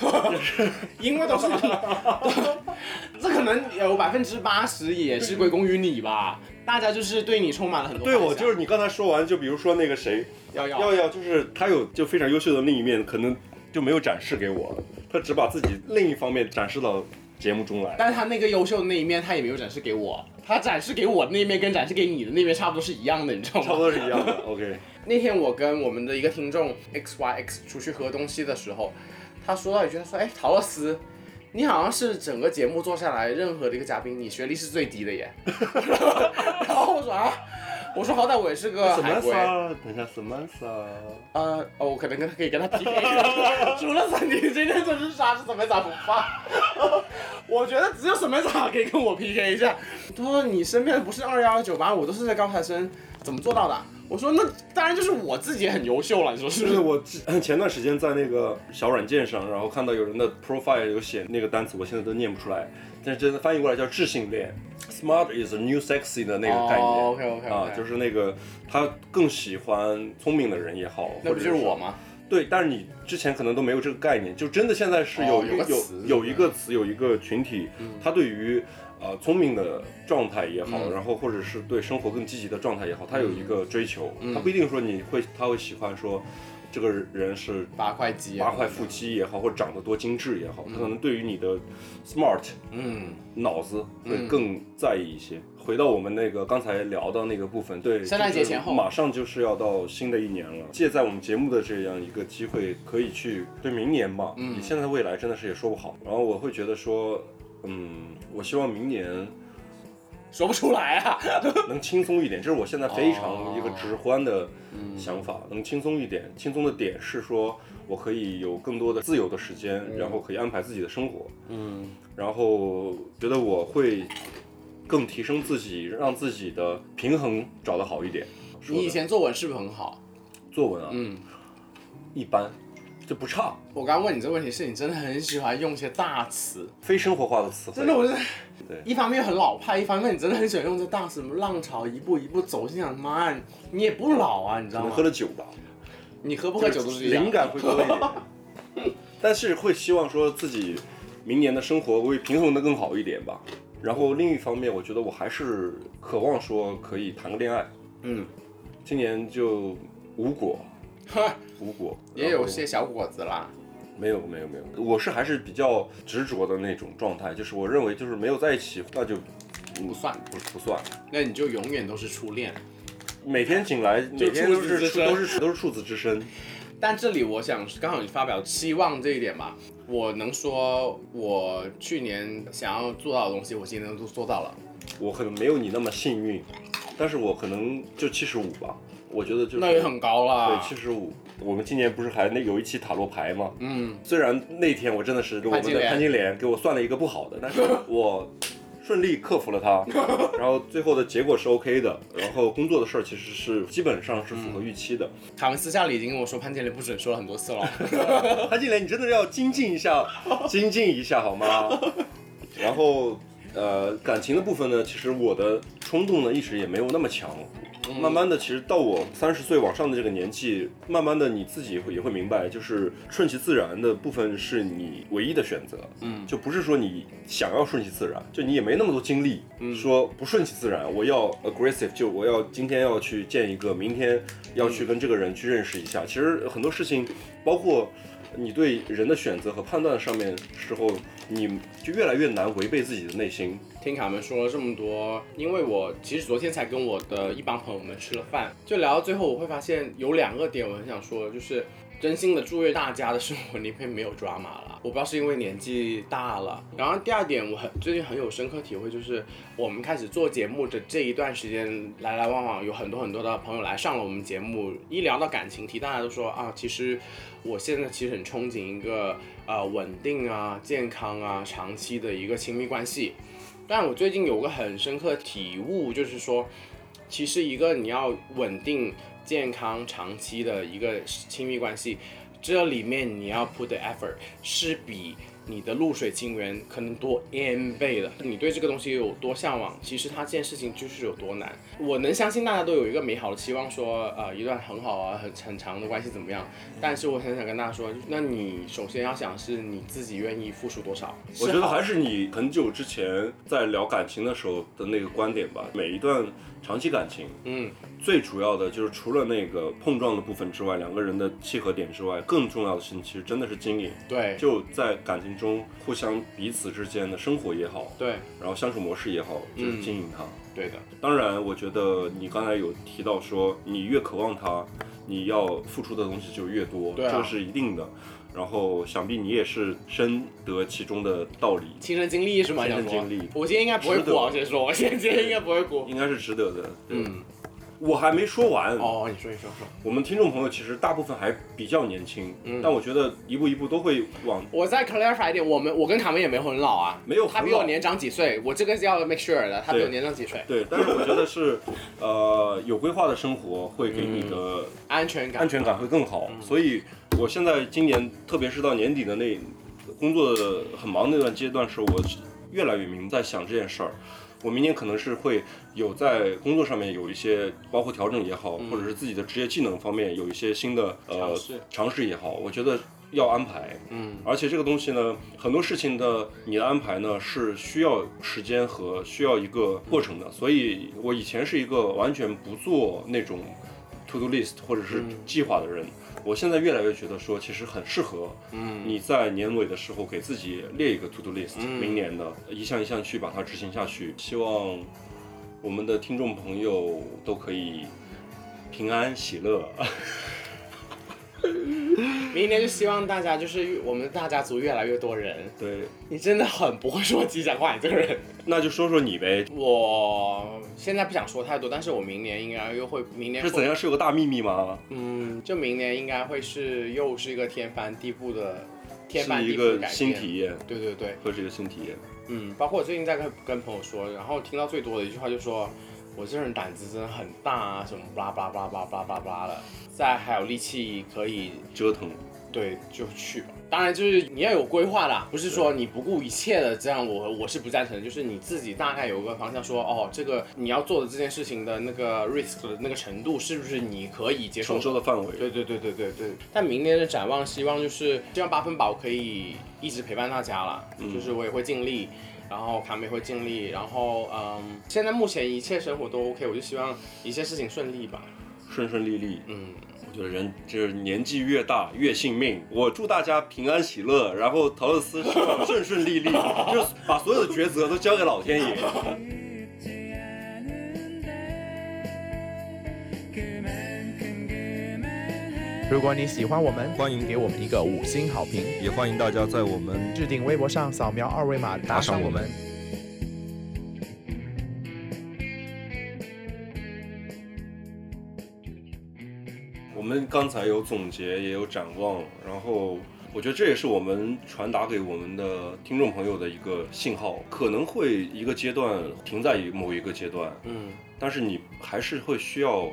因为都是你， 这可能有百分之八十也是归功于你吧。大家就是对你充满了很多对我幻想就是你刚才说完，就比如说那个谁，耀耀耀耀，就是他有就非常优秀的另一面，可能就没有展示给我，他只把自己另一方面展示到节目中来。但是他那个优秀的那一面，他也没有展示给我。他展示给我的那一面跟展示给你的那面差不多是一样的，你知道吗？差不多是一样的。OK， 那天我跟我们的一个听众 X Y X 出去喝东西的时候，他说到一句，他说：“哎，陶乐斯，你好像是整个节目做下来任何的一个嘉宾，你学历是最低的耶。”然后我说啊，我说好歹我也是个什海么归。啥？啊等一下，什么啥？呃，哦，我可能跟可以跟他 PK，除了三井今天就是杀是什么咋不发？ 我觉得只有什么咋可以跟我 PK 一下。他说你身边的不是二幺幺九八，我都是在高材生，怎么做到的？我说那当然就是我自己也很优秀了，你说是就不是是？我之嗯前段时间在那个小软件上，然后看到有人的 profile 有写那个单词，我现在都念不出来，但是真的翻译过来叫智性恋，smart is a new sexy 的那个概念。哦，OK，OK，OK 啊，就是那个他更喜欢聪明的人也好，那或不者就是我吗？对，但是你之前可能都没有这个概念，就真的现在是有哦一有个个有词嗯有一个词，有一个群体，他对于呃聪明的状态也好，嗯然后或者是对生活更积极的状态也好，他有一个追求，嗯他不一定说你会他会喜欢说。这个人是八块啊肌、八块腹肌也好，或者长得多精致也好，他可能对于你的 smart，嗯，脑子会嗯更在意一些。回到我们那个刚才聊到那个部分，对，圣诞节前后就是马上就是要到新的一年了，借在我们节目的这样一个机会，可以去对明年吧，嗯你现在未来真的是也说不好。然后我会觉得说，嗯，我希望明年。说不出来啊， 哦能轻松一点，这是我现在非常一个直观的嗯想法，能轻松一点。轻松的点是说，我可以有更多的自由的时间，嗯然后可以安排自己的生活。嗯，然后觉得我会更提升自己，让自己的平衡找得好一点。你以前作文是不是很好？作文啊，嗯，一般，这不差。我刚问你这个问题，是你真的很喜欢用一些大词，非生活化的词汇，真的我是对一方面很老派，一方面你真的很喜欢用这大什么浪潮一步一步走进来，妈，你也不老啊，你知可道能吗？喝了酒吧，你喝不喝酒都是一样，灵感会多一点。但是会希望说自己明年的生活会平衡的更好一点吧。然后另一方面，我觉得我还是渴望说可以谈个恋爱。嗯，今年就无果，无果也有些小果子啦。没有没有没有，我是还是比较执着的那种状态，就是我认为就是没有在一起，那就不算不不算。那你就永远都是初恋。每天醒来，哎每天都是处子之身都是都是处子之身。但这里我想刚好你发表期望这一点吧，我能说我去年想要做到的东西，我今年都做到了。我可能没有你那么幸运，但是我可能就七十五吧，我觉得就是那也很高啦对，七十五。我们今年不是还那有一期塔罗牌吗？嗯，虽然那天我真的是我们潘金的莲潘金莲给我算了一个不好的， 但是我顺利克服了它，然后最后的结果是 OK 的。然后工作的事儿其实是基本上是符合预期的。他们私下里已经跟我说潘建莲不准说了很多次了。 潘金莲，你真的要精进一下，精进一下好吗？然后，呃，感情的部分呢，其实我的冲动呢一直也没有那么强。嗯慢慢的，其实到我三十岁往上的这个年纪，慢慢的你自己会也会明白，就是顺其自然的部分是你唯一的选择。嗯就不是说你想要顺其自然，就你也没那么多精力，嗯说不顺其自然，我要 aggressive，就我要今天要去见一个，明天要去跟这个人去认识一下。其实很多事情，包括你对人的选择和判断上面时候，你就越来越难违背自己的内心。听卡门说了这么多，因为我其实昨天才跟我的一帮朋友们吃了饭，就聊到最后，我会发现有两个点我很想说，就是真心的祝愿大家的生活里面没有抓马了。我不知道是因为年纪大了，然后第二点我很最近很有深刻体会，就是我们开始做节目的这一段时间，来来往往有很多很多的朋友来上了我们节目，一聊到感情题，大家都说啊，其实我现在其实很憧憬一个呃稳定啊、健康啊、长期的一个亲密关系。但我最近有个很深刻的体悟，就是说，其实一个你要稳定、健康、长期的一个亲密关系，这里面你要 put 的 effort 是比你的露水晶源可能多 n 倍的。你对这个东西有多向往，其实它这件事情就是有多难。我能相信大家都有一个美好的期望说，呃，一段很好啊、很很长的关系怎么样？但是我很想跟大家说，那你首先要想是你自己愿意付出多少。我觉得好还是你很久之前在聊感情的时候的那个观点吧。每一段长期感情，嗯，最主要的就是除了那个碰撞的部分之外，两个人的契合点之外，更重要的事情其实真的是经营。对就在感情中互相彼此之间的生活也好，对，然后相处模式也好，就是嗯经营它。对的，当然，我觉得你刚才有提到说，你越渴望它，你要付出的东西就越多，对啊这个是一定的。然后想必你也是深得其中的道理，亲身经历是吗？亲身想说经历，我今天应该不会值得哭啊，我先说，我现在今天应该不会哭。应该是值得的。嗯，我还没说完哦，你说你说说。我们听众朋友其实大部分还比较年轻，嗯但我觉得一步一步都会往我再 clarify 一点，我们我跟他们也没有很老啊，没有很他比我老年长几岁，我这个是要 make sure 的，他比我年长几岁，对，但是我觉得是，呃，有规划的生活会给你的嗯安全感，嗯安全感会更好。所以我现在今年，特别是到年底的那工作很忙那段阶段时候，我越来越明白在想这件事儿。我明年可能是会有在工作上面有一些，包括调整也好，或者是自己的职业技能方面有一些新的呃嗯尝试尝试也好，我觉得要安排。嗯，而且这个东西呢，很多事情的你的安排呢是需要时间和需要一个过程的，所以我以前是一个完全不做那种 to do list 或者是嗯计划的人，我现在越来越觉得说，其实很适合嗯你在年尾的时候给自己列一个 to do list，、嗯明年的一项一项去把它执行下去。希望我们的听众朋友都可以平安喜乐。 明年就希望大家就是我们大家族越来越多人。对，你真的很不会说吉祥话，你这个人。那就说说你呗，我现在不想说太多，但是我明年应该又会，明年是会怎样？是有个大秘密吗？嗯，就明年应该会是又是一个天翻地覆的天翻是地一覆个的改变，新体验，对对对，会是一个新体验。嗯，包括我最近在跟跟朋友说，然后听到最多的一句话就说，我这人胆子真的很大啊，什么巴拉巴拉巴拉巴拉巴拉巴拉的，再还有力气可以折腾，对，就去吧。当然就是你要有规划啦，不是说你不顾一切的这样我，我是不赞成的。就是你自己大概有个方向说，哦，这个你要做的这件事情的那个 risk 的那个程度，是不是你可以接受承受的范围对对对对对对。但明年的展望，希望就是希望八分饱可以一直陪伴大家啦，嗯就是我也会尽力。然后卡梅会尽力，然后嗯，现在目前一切生活都 OK，我就希望一切事情顺利吧。顺顺利利。嗯，我觉得人就是年纪越大越信命。我祝大家平安喜乐，然后陶乐斯希望顺顺 利利，就是把所有的抉择都交给老天爷。如果你喜欢我们，欢迎给我们一个五星好评，也欢迎大家在我们置顶微博上扫描二维码打赏我们。我们刚才有总结，也有展望，然后我觉得这也是我们传达给我们的听众朋友的一个信号，可能会一个阶段停在某一个阶段，嗯，但是你还是会需要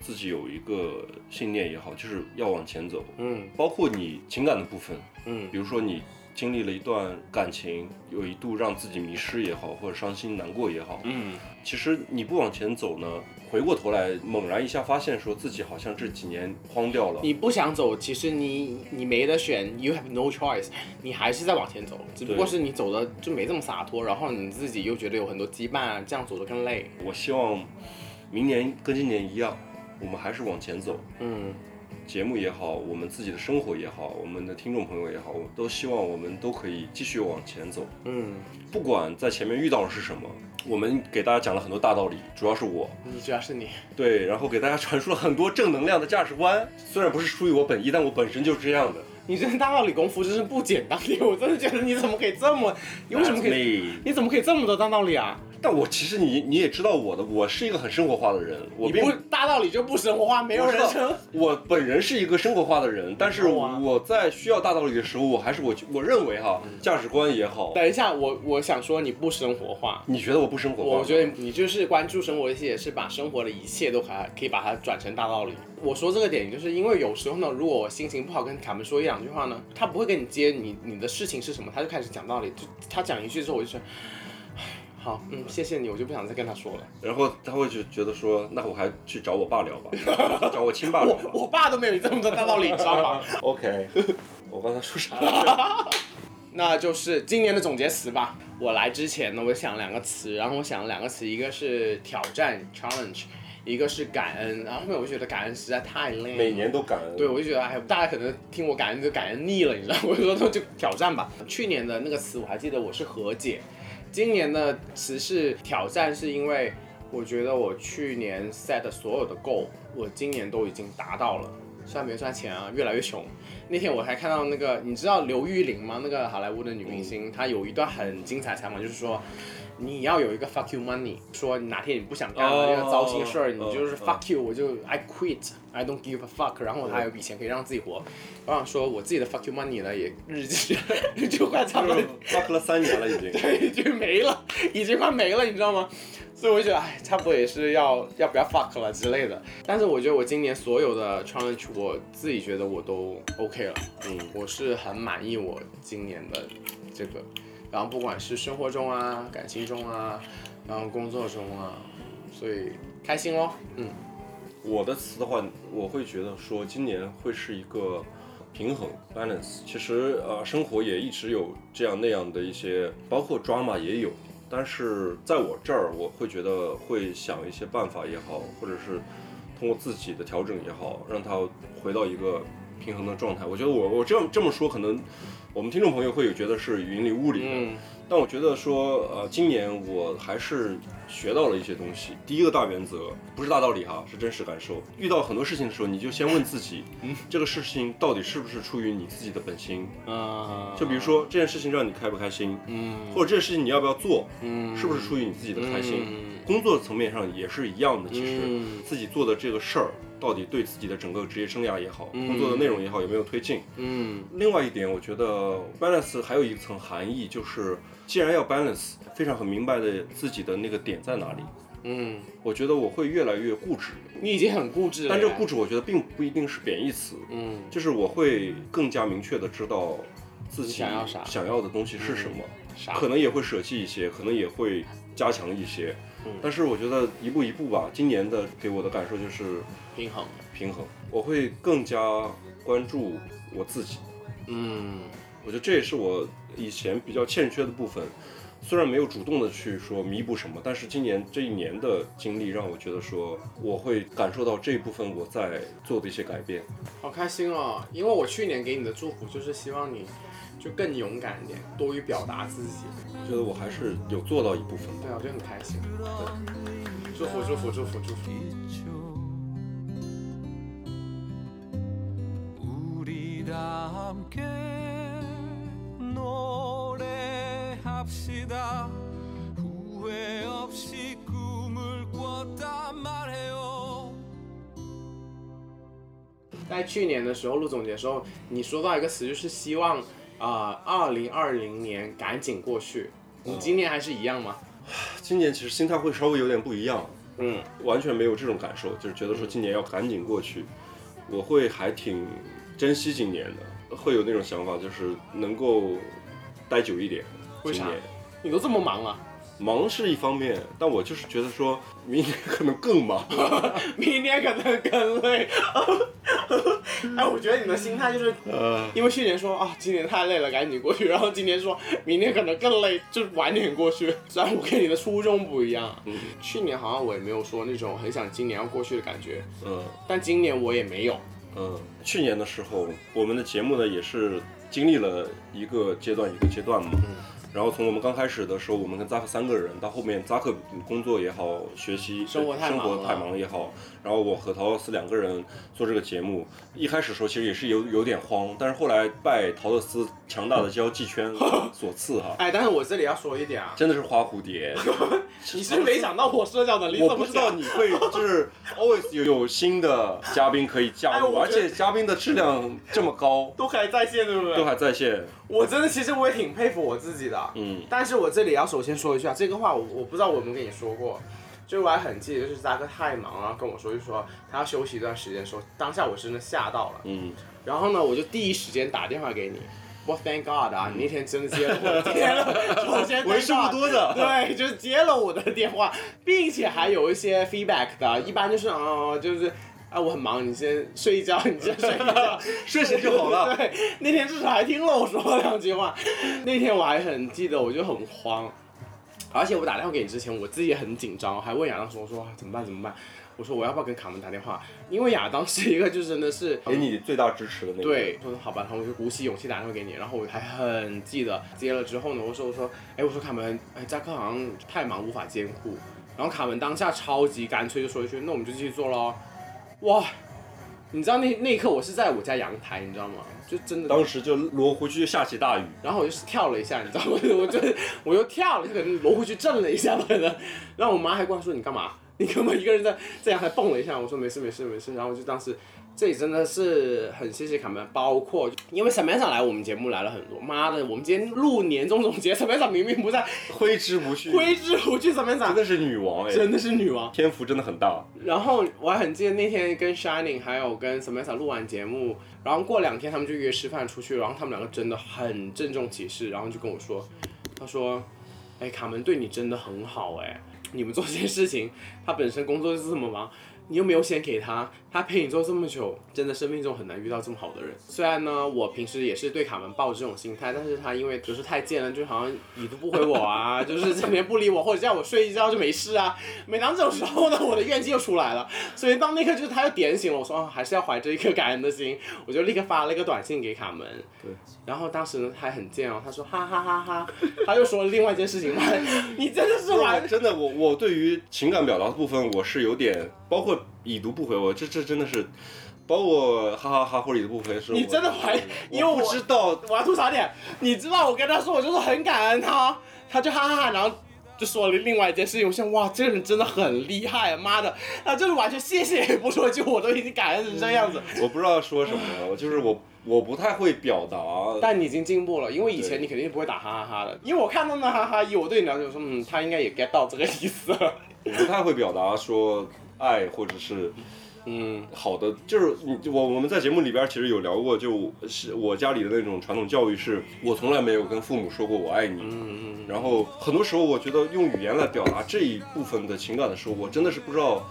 自己有一个信念也好，就是要往前走，嗯，包括你情感的部分，嗯比如说你经历了一段感情，有一度让自己迷失也好，或者伤心难过也好，嗯，其实你不往前走呢，回过头来猛然一下发现，说自己好像这几年荒掉了。你不想走，其实你你没得选，you have no choice，你还是在往前走，只不过是你走的就没这么洒脱，然后你自己又觉得有很多羁绊，啊这样走的更累。我希望明年跟今年一样，我们还是往前走。嗯，节目也好，我们自己的生活也好，我们的听众朋友也好，我都希望我们都可以继续往前走。嗯，不管在前面遇到的是什么，我们给大家讲了很多大道理，主要是我你主要是你，对，然后给大家传输了很多正能量的价值观。 虽然不是出于我本意，但我本身就是这样的。你这大道理功夫真是不简单，我真的觉得你怎么可以这么，你为什么可以， That's me 你怎么可以这么多大道理啊？嗯但我其实你你也知道我的，我是一个很生活化的人，我你并不大道理就不生活化，没有人生。啊我本人是一个生活化的人，但是我在需要大道理的时候，我还是我我认为哈，嗯价值观也好，等一下，我我想说你不生活化，你觉得我不生活化吗？我觉得你就是关注生活的一些，是把生活的一切都还可以把它转成大道理。我说这个点，就是因为有时候呢，如果我心情不好跟卡门说一两句话呢，他不会跟你接你你的事情是什么，他就开始讲道理。就他讲一句之后，我就说，唉好，嗯，谢谢你，我就不想再跟他说了。然后他会就觉得说，那我还去找我爸聊 吧，找我亲爸聊吧。我爸都没有你这么多大道理，你知道吗？ OK，我刚才说啥？那就是今年的总结词吧。我来之前呢，我想两个词，然后我想两个词，一个是挑战 challenge，一个是感恩。然后后面我就觉得感恩实在太累了，每年都感恩。对，我就觉得哎，大家可能听我感恩就感恩腻了，你知道吗？ 我就说那就挑战吧。去年的那个词我还记得我是和解，今年的词是挑战，是因为我觉得我去年 set 的所有的 goal，我今年都已经达到了。虽然没赚钱啊，越来越穷。那天我还看到那个，你知道刘玉玲吗？那个好莱坞的女明星，她有一段很精彩的采访，就是说你要有一个 fuck you money，说哪天你不想干了，哦要糟心事儿，你哦就是 fuck 哦 you，我就 I quit，I don't give a fuck，然后我还有一笔钱可以让自己活。我想说我自己的 fuck you money 呢，也日积就快差不多 fuck 了三年了已经， 对，已经没了，已经快没了，你知道吗？所以我就觉得，哎，差不多也是要要不要 fuck 了之类的。但是我觉得我今年所有的 challenge，我自己觉得我都 OK 了，嗯，我是很满意我今年的这个，然后不管是生活中啊、感情中啊，然后工作中啊，所以开心咯，嗯，我的词的话，我会觉得说今年会是一个平衡 balance。其实呃，生活也一直有这样那样的一些，包括 drama 也有。但是在我这儿，我会觉得会想一些办法也好，或者是通过自己的调整也好，让它回到一个平衡的状态。我觉得我我这样这么说，可能我们听众朋友会有觉得是云里雾里的，但我觉得说，呃，今年我还是学到了一些东西。第一个大原则不是大道理哈，是真实感受。遇到很多事情的时候，你就先问自己，这个事情到底是不是出于你自己的本心？啊就比如说这件事情让你开不开心，嗯，或者这件事情你要不要做，嗯是不是出于你自己的开心？嗯工作层面上也是一样的，其实、嗯自己做的这个事儿，到底对自己的整个职业生涯也好，嗯工作的内容也好，有没有推进？嗯，另外一点，我觉得 balance 还有一层含义，就是既然要 balance，非常很明白的自己的那个点在哪里。嗯，我觉得我会越来越固执。你已经很固执了，但这个固执，我觉得并不一定是贬义词。嗯，就是我会更加明确的知道自己你想要啥嗯想要的东西是什么，啥可能也会舍弃一些，可能也会加强一些。嗯但是我觉得一步一步吧，今年的给我的感受就是平衡，平衡。我会更加关注我自己，嗯，我觉得这也是我以前比较欠缺的部分。虽然没有主动的去说弥补什么，但是今年这一年的经历让我觉得说，我会感受到这一部分我在做的一些改变。好开心哦！因为我去年给你的祝福就是希望你就更勇敢一点，多于表达自己。觉得我还是有做到一部分的。对啊，我就很开心。对，祝福祝福祝福祝福。 우리다 함께 노래합시다 후회 없이 꿈을 꿨다 말해요 在去年的时候录总结的时候，你说到一个词，就是希望啊，二零二零年赶紧过去。你今年还是一样吗？今年其实心态会稍微有点不一样，嗯，完全没有这种感受，就是觉得说今年要赶紧过去，我会还挺珍惜今年的，会有那种想法，就是能够待久一点。为今啥年你都这么忙了，啊忙是一方面，但我就是觉得说明年可能更 忙。明年可能更累。哎，我觉得你的心态就是呃，因为去年说啊，今年太累了，赶紧过去。然后今年说明年可能更累，就晚点过去。虽然我跟你的初衷不一样，去年好像我也没有说那种很想今年要过去的感觉，嗯但今年我也没有。嗯，去嗯年的时候，我们的节目呢也是经历了一个阶段一个阶段嘛。然后从我们刚开始的时候，我们跟扎克三个人，到后面扎克工作也好，学习呃生活太生忙活太忙也好，然后我和陶乐斯两个人做这个节目，一开始的时候其实也是有有点慌，但是后来拜陶乐斯强大的交际圈所赐 哈，哎，但是我这里要说一点啊，真的是花蝴蝶，你是没想到我社交能力这我么不知道强你会就是 always 有有新的嘉宾可以加入，哎我而觉得且嘉宾的质量这么高，都还在线，对不对？都还在线，我真的其实我也挺佩服我自己的，啊嗯，但是我这里要首先说一下这个话我，我不知道我有没有跟你说过，就是我还很记得，就是扎克太忙啊了，跟我说就说他要休息一段时间的时候，当下我真的吓到了，嗯，然后呢，我就第一时间打电话给你。我 thank God 嗯啊，你那天啊真的接了我的电话，首先 thank 为数不多的 God，对，就是接了我的电话，并且还有一些 feedback 的，一般就是啊、哦就是啊，我很忙，你先睡一觉，你先睡一觉， 睡醒就好了对，那天至少还听了我说了两句话，那天我还很记得，我就很慌，而且我打电话给你之前，我自己也很紧张，我还问亚当说说啊怎么办怎么办。我说我要不要跟卡门打电话？因为亚当是一个就真的是嗯给你最大支持的那个，对，说好吧，然后我就鼓起勇气打电话给你，然后我还很记得接了之后呢，我说我说，哎，我说卡门，哎，扎克好像太忙无法兼顾，然后卡门当下超级干脆就说一句，那我们就继续做咯。哇，你知道那那一刻我是在我家阳台，你知道吗？就真的当时就罗湖区下起大雨，然后我就是跳了一下，你知道吗？ 我就我又跳了，就可能挪回去震了一下吧，可能。然后我妈还过来说你干嘛？你干嘛一个人在在阳台蹦了一下？我说没事没事没事。然后我就当时这里真的是很谢谢卡门，包括因为 Samantha 来我们节目来了很多，妈的，我们今天录年终总结，Samantha 明明不在，挥之不去，挥之不去，Samantha 真的是女王哎，真的是女王，天赋真的很大，然后我还很记得那天跟 Shining 还有跟 Samantha 录完节目，然后过两天他们就约吃饭出去，然后他们两个真的很郑重其事，然后就跟我说，他说，哎，卡门对你真的很好哎，你们做这件事情，他本身工作就是这么忙，你又没有钱给他，他陪你做这么久，真的生命中很难遇到这么好的人。虽然呢，我平时也是对卡门抱这种心态，但是他因为就是太贱了，就好像已读不回我啊，就是整天不理我，或者叫我睡一觉就没事啊。每当这种时候呢，我的怨气又出来了，所以到那刻就是他又点醒了我说，啊还是要怀着一颗感恩的心，我就立刻发了一个短信给卡门。对，然后当时呢，他还很贱哦，他说哈哈哈哈，他又说了另外一件事情嘛，你真的是玩真的，我我对于情感表达的部分，我是有点，包括已读不回，我这这真的是，包括哈哈哈或者已读不回，是你我真的怀疑，因为我知道我要吐槽点，你知道我跟他说，我就是很感恩他，他就哈哈哈，然后就说了另外一件事情，我想哇，这个人真的很厉害，啊妈的，他就是完全谢谢也不说一句，我都已经感恩成这样子。我 不知道说什么了，我就是我我不太会表达，但你已经进步了，因为以前你肯定不会打哈哈哈的，因为我看到那哈哈一，我对你了解，我说嗯，他应该也 get 到这个意思了。 我不太会表达说爱或者是。嗯，好的，就是你我我们在节目里边其实有聊过，就是我家里的那种传统教育是，我从来没有跟父母说过我爱你。嗯嗯。然后很多时候我觉得用语言来表达这一部分的情感的时候，我真的是不知道。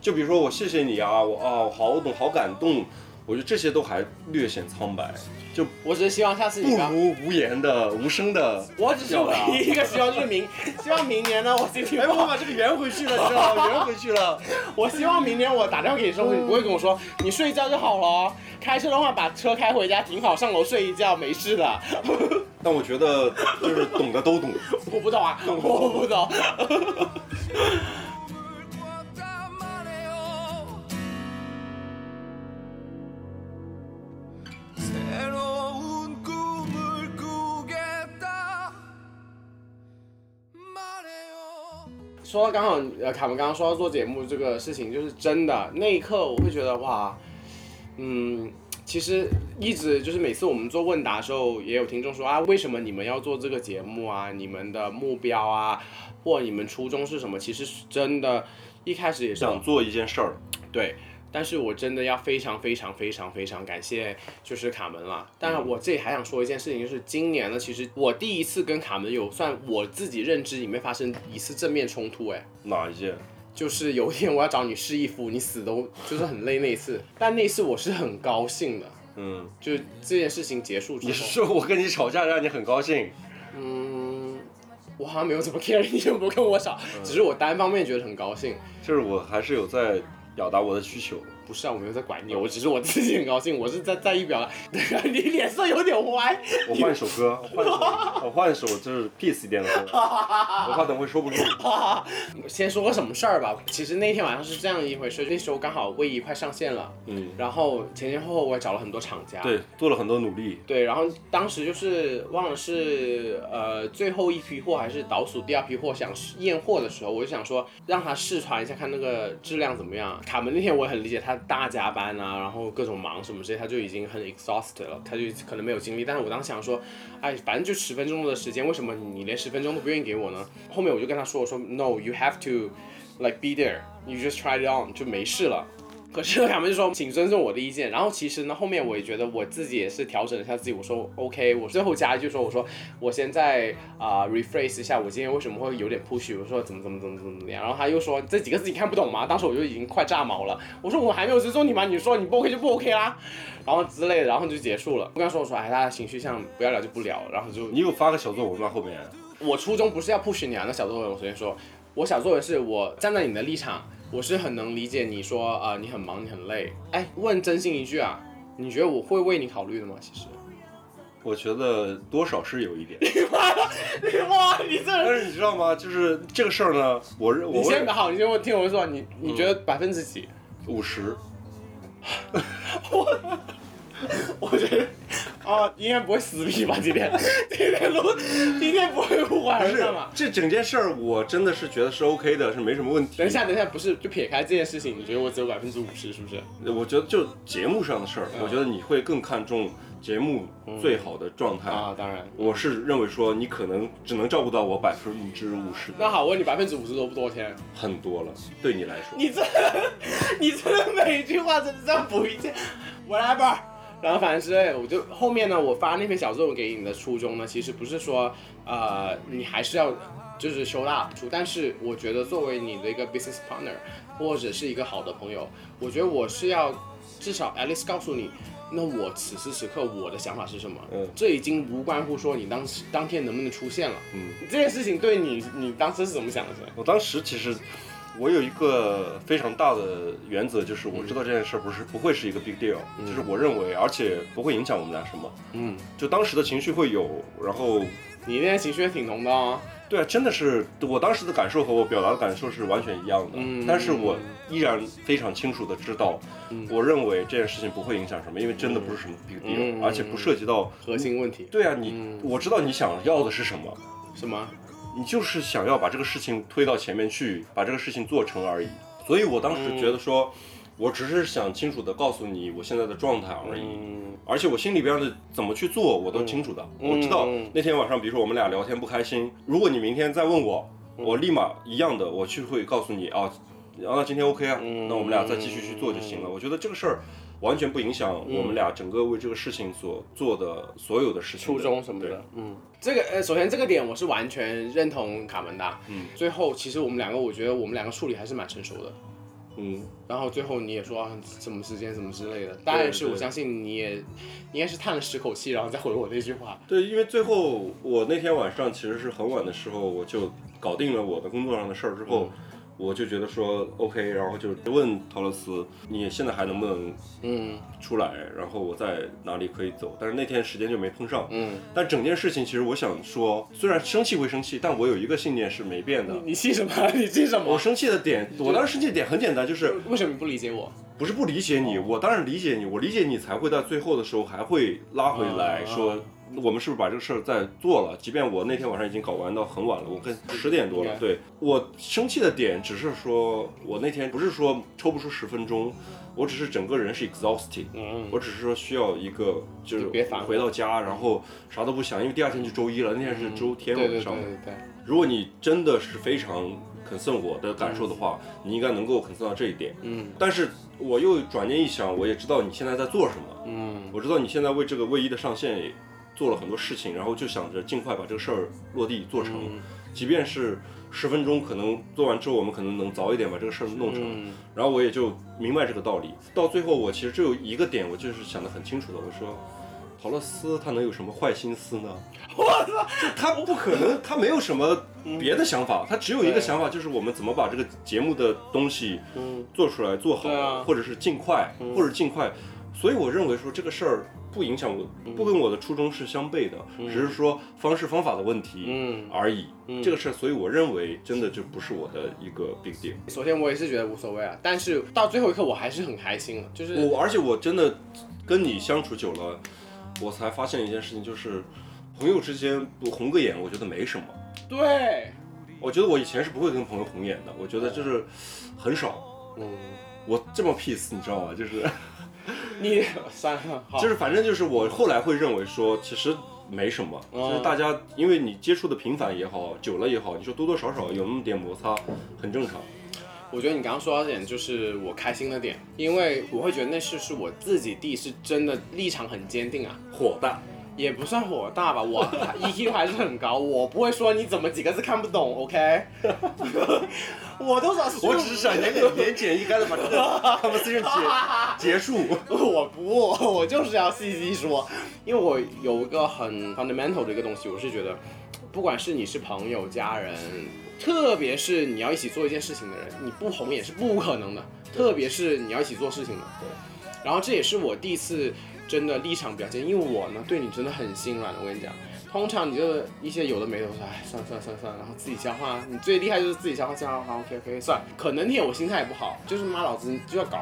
就比如说我谢谢你啊，我啊好懂好感动，我觉得这些都还略显苍白。就我只是希望下次你不不要如无言的无声的表达。我只是唯一一个希望就是明，希望明年呢，我心情哎我把这个圆回去了你知道吗圆回去了。我希望明年我打电话给你的时候，你不会跟我说你睡一觉就好了哦，开车的话把车开回家停好，上楼睡一觉，没事的。但我觉得就是懂的都懂。 我不懂啊，我不懂。 새로운 꿈을 꾸겠다 说刚好呃，卡文刚刚说到做节目这个事情，就是真的那一刻，我会觉得哇，嗯，其实一直就是每次我们做问答的时候，也有听众说啊，为什么你们要做这个节目啊？你们的目标啊，或你们初衷是什么？其实是真的，一开始也是想做一件事儿，对。但是我真的要非常非常非常非常感谢，就是卡门了。但是我这里还想说一件事情，就是今年呢，其实我第一次跟卡门有算我自己认知里面发生一次正面冲突，哎，哪一件？就是有一天我要找你试衣服，你死都就是很累那一次，但那一次我是很高兴的，嗯，就是这件事情结束之后，你是说我跟你吵架让你很高 兴？嗯，我嗯好像没有怎么 care 你有没有跟我吵，只是我单方面觉得很高兴，就是我还是有在表达我的需求。不是啊，我没有在管你，我只是我自己很高兴，我是在在意表达。 对啊，你脸色有点歪。我换一首歌，我换一首，我换一首就是 peace 一点的歌，我啊怕等会收不住。我 先说个什么事儿吧。其实那天晚上是这样一回事，那时候刚好卫衣快上线了，嗯，然后前前后后我也找了很多厂家，对，做了很多努力。对，然后当时就是忘了是呃最后一批货还是倒数第二批货，想试验货的时候，我就想说让他试穿一下，看那个质量怎么样。卡门那天我也很理解，他大加班啊，然后各种忙什么之类，他就已经很 exhausted 了，他就可能没有精力。但是我当时想说，哎，反正就十分钟的时间，为什么你连十分钟都不愿意给我呢？后面我就跟他说，我说 No, you have to like be there, you just try it on，就没事了。可是他们就说，请尊重我的意见。然后其实呢，后面我也觉得我自己也是调整了一下自己，我说 OK，我最后加一句说，我说我现在啊、rephrase 一下，我今天为什么会有点 push，我说怎么怎么怎么怎么怎么样。然后他又说这几个字你看不懂吗？当时我就已经快炸毛了，我说我还没有尊重你吗？你说你不 OK 就不 OK 啦，然后之类的，然后就结束了。我跟他说我说哎，大家情绪上不要聊就不聊，然后就你有发个小作文吗？后面我初衷不是要 push 你啊，那小作文我随便说，我小作文是我站在你的立场，我是很能理解你说啊、呃你很忙，你很累。哎，问真心一句啊，你觉得我会为你考虑的吗？其实，我觉得多少是有一 点。哇，你这但是你知道吗？就是这个事儿呢，我认我你先问好，你先我听我说，你你觉得百分之几？五十。啊，今天不会撕逼吧？今 天今天录，今天不会互换不是是吗？这整件事儿，我真的是觉得是 OK 的，是没什么问题。等一下，等一下，不是，就撇开这件事情，你觉得我只有百分之五十，是不是？呃嗯我觉得就节目上的事儿，我觉得你会更看重节目最好的状态、啊。当然，我是认为说你可能只能照顾到我百分之五十，那好，我问你，百分之五十多不多钱？很多了，对你来说。你这， 你真的每一句话真的这样补一句，whatever。然后反正之类的，我就后面呢，我发那篇小作文给你的初衷呢，其实不是说，呃，你还是要就是 show up 出，但是我觉得作为你的一个 business partner 或者是一个好的朋友，我觉得我是要至少 at least 告诉你，那我此时此刻我的想法是什么，嗯，这已经无关乎说你当时当天能不能出现了，嗯，这件事情对你你当时是怎么想的？我当时其实我有一个非常大的原则，就是我知道这件事儿不是不会是一个 big deal，、就是我认为，而且不会影响我们俩什么。嗯，就当时的情绪会有，然后你那天情绪也挺浓的啊。对啊，真的是我当时的感受和我表达的感受是完全一样的，嗯但是我依然非常清楚的知道，我认为这件事情不会影响什么，因为真的不是什么 big deal，、嗯嗯而且不涉及到核心问题。嗯对啊，你、我知道你想要的是什么，什么？你就是想要把这个事情推到前面去，把这个事情做成而已。所以我当时觉得说，我只是想清楚的告诉你我现在的状态而已，而且我心里边的怎么去做我都清楚的。嗯我知道嗯那天晚上，比如说我们俩聊天不开心，如果你明天再问我，我立马一样的，我去会告诉你啊，啊那今天 OK 啊，嗯那我们俩再继续去做就行了。我觉得这个事儿。完全不影响我们俩整个为这个事情所做的所有的事情初衷什么的，嗯，这个呃，首先这个点我是完全认同卡门的。嗯，最后其实我们两个，我觉得我们两个处理还是蛮成熟的。嗯，然后最后你也说啊什么时间什么之类的，当然是对我相信你也，你应该是叹了十口 气，然后再回我那句话。对，因为最后我那天晚上其实是很晚的时候，我就搞定了我的工作上的事儿之后，嗯我就觉得说 OK，然后就问陶乐斯，你现在还能不能嗯出来？然后我在哪里可以走？但是那天时间就没碰上。嗯，但整件事情其实我想说，虽然生气会生气，但我有一个信念是没变的。你气什么？ 你气什么？我生气的点，我当时生气的点很简单，就是为什么你不理解我？不是不理解你，我当然理解你，我理解你才会在最后的时候还会拉回来嗯说，我们是不是把这个事儿再做了？即便我那天晚上已经搞完到很晚了，我跟十点多了应该。对我生气的点只是说，我那天不是说抽不出十分钟，我只是整个人是 exhausted，嗯我只是说需要一个就是就别烦我回到家，然后啥都不想，因为第二天就周一了，那天是周天嗯对晚对对上。对对。如果你真的是非常 concern 我的感受的话，你应该能够 concern 到这一点。嗯但是我又转念一想，我也知道你现在在做什么，嗯我知道你现在为这个卫衣的上线也做了很多事情，然后就想着尽快把这个事儿落地做成，嗯即便是十分钟，可能做完之后我们可能能早一点把这个事儿弄成。嗯然后我也就明白这个道理。到最后，我其实只有一个点，我就是想得很清楚的，我说，陶陶乐斯他能有什么坏心思呢？我操！就他不可能，他没有什么别的想法，他只有一个想法，就是我们怎么把这个节目的东西做出来、做好，或者是尽快，或者尽快。所以我认为说这个事儿不影响我，不跟我的初衷是相悖的，只是说方式方法的问题而已。这个事儿，所以我认为真的就不是我的一个 big deal。首先我也是觉得无所谓啊，但是到最后一刻我还是很开心的，就是我而且我真的跟你相处久了，我才发现一件事情，就是朋友之间不红个眼，我觉得没什么。对，我觉得我以前是不会跟朋友红眼的，我觉得嗯就是很少。嗯，我这么 peace，你知道吗？就是你算了，好就是反正就是我后来会认为说，其实没什么，嗯就是大家因为你接触的频繁也好，久了也好，你说多多少少有那么点摩擦，很正常。我觉得你刚刚说到的点就是我开心的点，因为我会觉得那是是我自己弟是真的立场很坚定啊，火大。也不算火大吧，我 EQ 还是很高，我不会说你怎么几个字看不懂，OK？我都想，我只是想言简言简意赅的把这个 conversation 结结束。我不，我就是要细细说，因为我有一个很 fundamental 的一个东西，我是觉得，不管是你是朋友、家人，特别是你要一起做一件事情的人，你不红也是不可能的，特别是你要一起做事情的。对。然后这也是我第一次真的立场比较坚定，因为我呢对你真的很心软，我跟你讲。通常你就一些有的没的，我说哎算了算了算了算了，然后自己消化。你最厉害就是自己消化消化，OK OK 算了。可能那天我心态也不好，就是妈老子就要搞，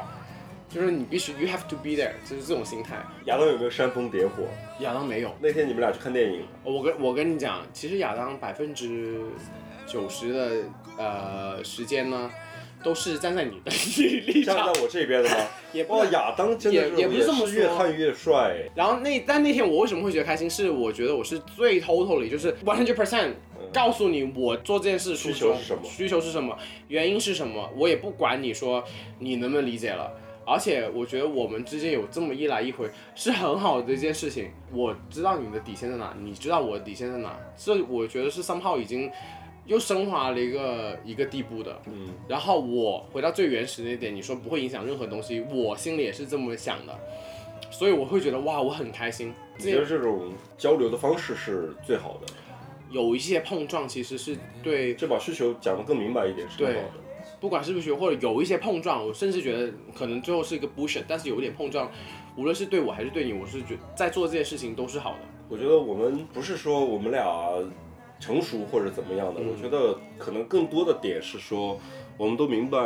就是你必须 you have to be there，就是这种心态。亚当有没有煽风点火？亚当没有。那天你们俩去看电影，我跟我跟你讲，其实亚当百分之九十的呃时间呢，都是站在你的 立场，站在我这边的吗？也不哇，亚当真的也也不是这么说越看越帅。然后那但那天我为什么会觉得开心？是我觉得我是最 totally 就是 one hundred percent 告诉你我做这件事初衷需求是什么需求是什么，原因是什么，我也不管你说你能不能理解了。而且我觉得我们之间有这么一来一回是很好的一件事情。我知道你的底线在哪，你知道我的底线在哪，这我觉得是 somehow 已经又升华了一个一个地步的。嗯，然后我回到最原始那点，你说不会影响任何东西，我心里也是这么想的，所以我会觉得哇，我很开心。你觉得这种交流的方式是最好的？有一些碰撞其实是对，就把需求讲得更明白一点是更好对的。，不管是不是学或者有一些碰撞，我甚至觉得可能最后是一个 bullshit，但是有一点碰撞，无论是对我还是对你，我是觉在做这件事情都是好的。我觉得我们不是说我们俩成熟或者怎么样的，我觉得可能更多的点是说，我们都明白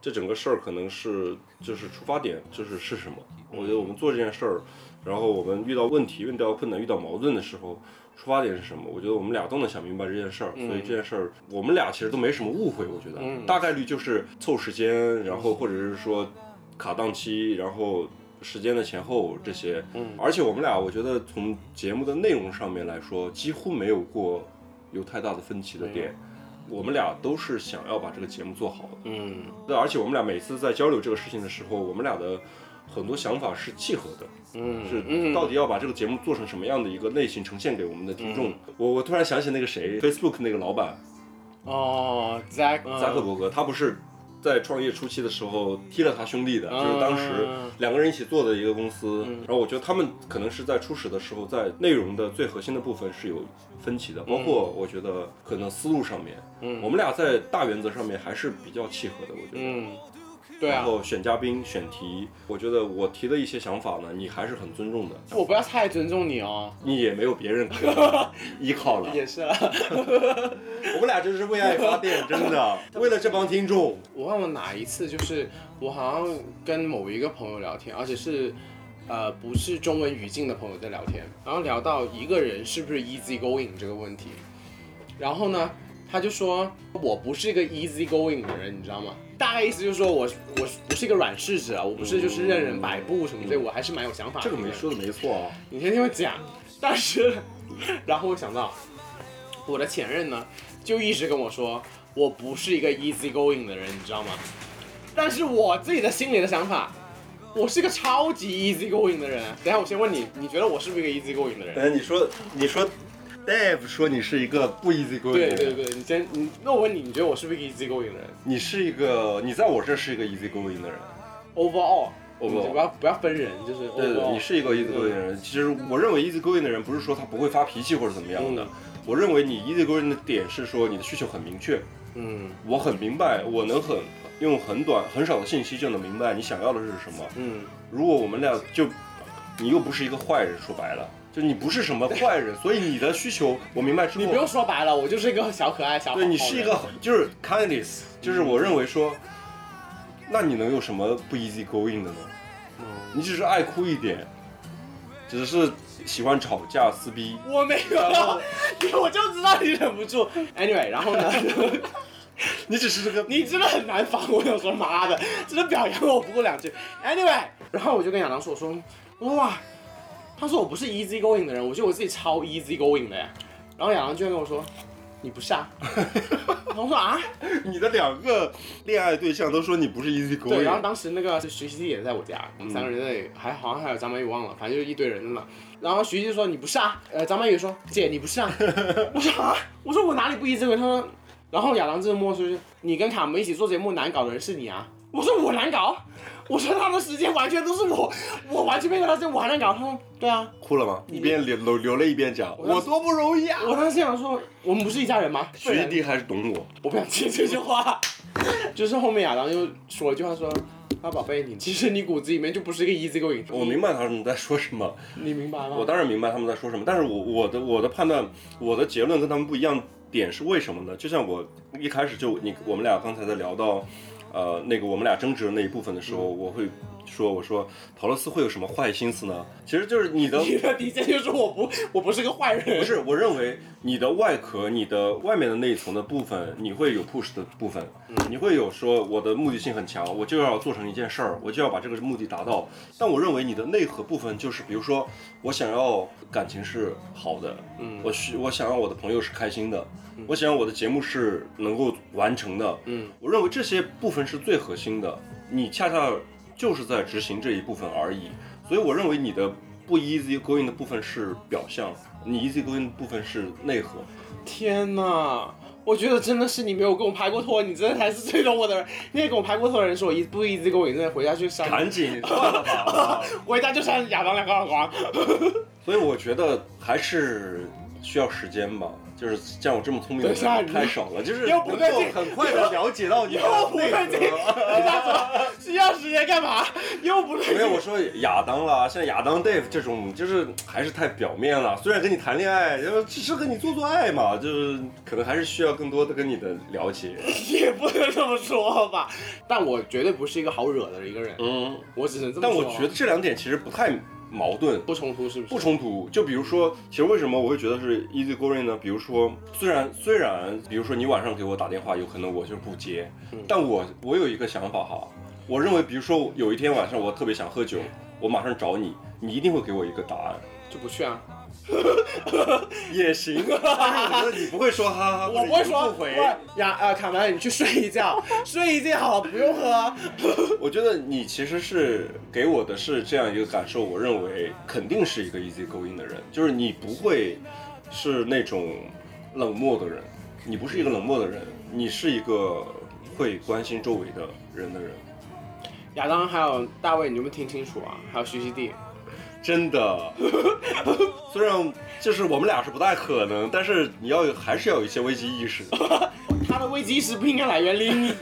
这整个事儿可能是就是出发点就是是什么。我觉得我们做这件事儿，然后我们遇到问题、遇到困难、遇到矛盾的时候，出发点是什么？我觉得我们俩都能想明白这件事儿，嗯所以这件事儿我们俩其实都没什么误会。我觉得、嗯大概率就是凑时间，然后或者是说卡档期，然后时间的前后这些。嗯而且我们俩，我觉得从节目的内容上面来说，几乎没有过有太大的分歧的点。我们俩都是想要把这个节目做好的。嗯，对，而且我们俩每次在交流这个事情的时候，我们俩的很多想法是契合的。嗯是到底要把这个节目做成什么样的一个类型呈现给我们的听嗯众？我我突然想起那个谁，Facebook 那个老板哦，Zack 扎克伯格，他不是在创业初期的时候踢了他兄弟的，就是当时嗯两个人一起做的一个公司。然后我觉得他们可能是在初始的时候，在内容的最核心的部分是有分歧的，包括我觉得可能思路上面，嗯我们俩在大原则上面还是比较契合的，我觉得。嗯，对啊然。后选嘉宾、选题，我觉得我提的一些想法呢，你还是很尊重的，我不要太尊重你哦，你也没有别人 可依靠了。也是啊啦。 我们俩就是为爱发电，真的， 为了这帮听众。我忘了哪一次，就是我好像跟某一个朋友聊天，而且是呃不是中文语境的朋友在聊天，然后聊到一个人是不是 easy going 这个问题，然后呢，他就说我不是一个 easy going 的人，你知道吗？大概意思就是说我我不是一个软柿子啊，我不是就是任人摆布什么之类，我还是蛮有想法 的。这个没说的没错啊，你先听我讲。但是，然后我想到我的前任呢，就一直跟我说我不是一个 easy going 的人，你知道吗？但是我自己的心里的想法，我是个超级 easy going 的人。等一下我先问你，你觉得我是不是一个 easy going 的人？哎，你说，你说，Dave 说你是一个不 easy going 的对人，对对，你先，你那我问你，你觉得我是不是一个 easy going 的人你是一个，你在我这是一个 easy going 的人， ？Overall，我们们不要不要分人，就是对对， overall 你是一个 easy going 的人。其实我认为 easy going 的人不是说他不会发脾气或者怎么样的，我认为你 easy going 的点是说你的需求很明确，嗯，我很明白，我能很用很短很少的信息就能明白你想要的是什么。嗯，如果我们俩就你又不是一个坏人，说白了。就你不是什么坏人，所以你的需求我明白之后，你不用说白了，我就是一个小可爱小对好你好是一人个很就是 kindness，就是我认为说，嗯那你能有什么不 easy going 的呢？嗯你只是爱哭一点，只是喜欢吵架撕逼，我没有，我就知道你忍不住。Anyway，然后呢？ 你只是这个，你真的很难防。我想说，妈的，真的表扬我不过两句。Anyway，然后我就跟亚当说，我说，哇，他说我不是 easy going 的人，我觉得我自己超 easy going 的呀。然后亚当居然跟我说，你不是 啊？然后我说啊，你的两个恋爱对象都说你不是 easy going， 对，然后当时那个学习地也在我家，我们三个人在那嗯里，还好像还有张曼玉忘了，反正就一堆人嘛。然后学习就说你不是啊，呃，张曼玉说姐你不是啊，我说啊，我说我哪里不一致？他说，然后亚当这默说你跟卡门一起做节目难搞的人是你啊，我说我难搞，我说他的时间完全都是我，我完全没有他时间，我还难搞。他说对啊，哭了吗？一边流流流泪一边讲，我多不容易啊！我当时想说，我们不是一家人吗？学弟弟还是懂我，我不想接 这句话。就是后面亚当又说了一句话说：“啊，宝贝，你其实你骨子里面就不是一个 easy going。”我明白他们在说什么，你明白吗？我当然明白他们在说什么，但是我我的我的判断，我的结论跟他们不一样点是为什么呢？就像我一开始就你我们俩刚才在聊到，呃，那个我们俩争执的那一部分的时候，嗯我会说我说陶乐斯会有什么坏心思呢？其实就是你的你的底线就是我不我不是个坏人，不是我认为你的外壳、你的外面的那一层的部分，你会有 push 的部分，嗯你会有说我的目的性很强，我就要做成一件事儿，我就要把这个目的达到。但我认为你的内核部分就是，比如说我想要感情是好的，嗯我需我想要我的朋友是开心的，我想要我的节目是能够完成的，嗯，我认为这些部分是最核心的，你恰恰就是在执行这一部分而已。所以我认为你的不 easy going 的部分是表象，你 easy going 的部分是内核。天哪！我觉得真的是你没有跟我拍过拖，你真的才是最懂我的人。那些跟我拍过拖的人说我一不 easy going，真的回家去删，赶紧 回家就删亚当两个耳光。所以我觉得还是需要时间吧。就是像我这么聪明的等一下人你太少了，就是又不对劲能够很快的了解到你的又不内对劲核。需要时间干嘛？又不对没有，我说亚当啦，像亚当 Dave 这种，就是还是太表面了。虽然跟你谈恋爱，就是只是跟你做做爱嘛，就是可能还是需要更多的跟你的了解。也不能这么说吧。但我绝对不是一个好惹的一个人。嗯，我只能这么但说。啊我觉得这两点其实不太矛盾，不冲突是不是？不冲突。就比如说，其实为什么我会觉得是 easy going 呢？比如说，虽然虽然，比如说你晚上给我打电话，有可能我就不接，但我我有一个想法哈，我认为，比如说有一天晚上我特别想喝酒，我马上找你，你一定会给我一个答 案。就不去啊，也行。但是我觉得你 不会说哈哈，我不会说不回。喂呀呃，卡门，你去睡一觉，睡一觉好，不用喝。 我觉得你其实是给我的是这样一个感受，我认为肯定是一个 easy going 的人，就是你不会是那种冷漠的人，你不是一个冷漠的人，你是一个会关心周围的人的人。亚当还有大卫，你有没有听清楚啊？还有徐熙娣，真的， 虽然就是我们俩是不太可能，但是你要有还是要有一些危机意识。他的危机意识不应该来源于 你，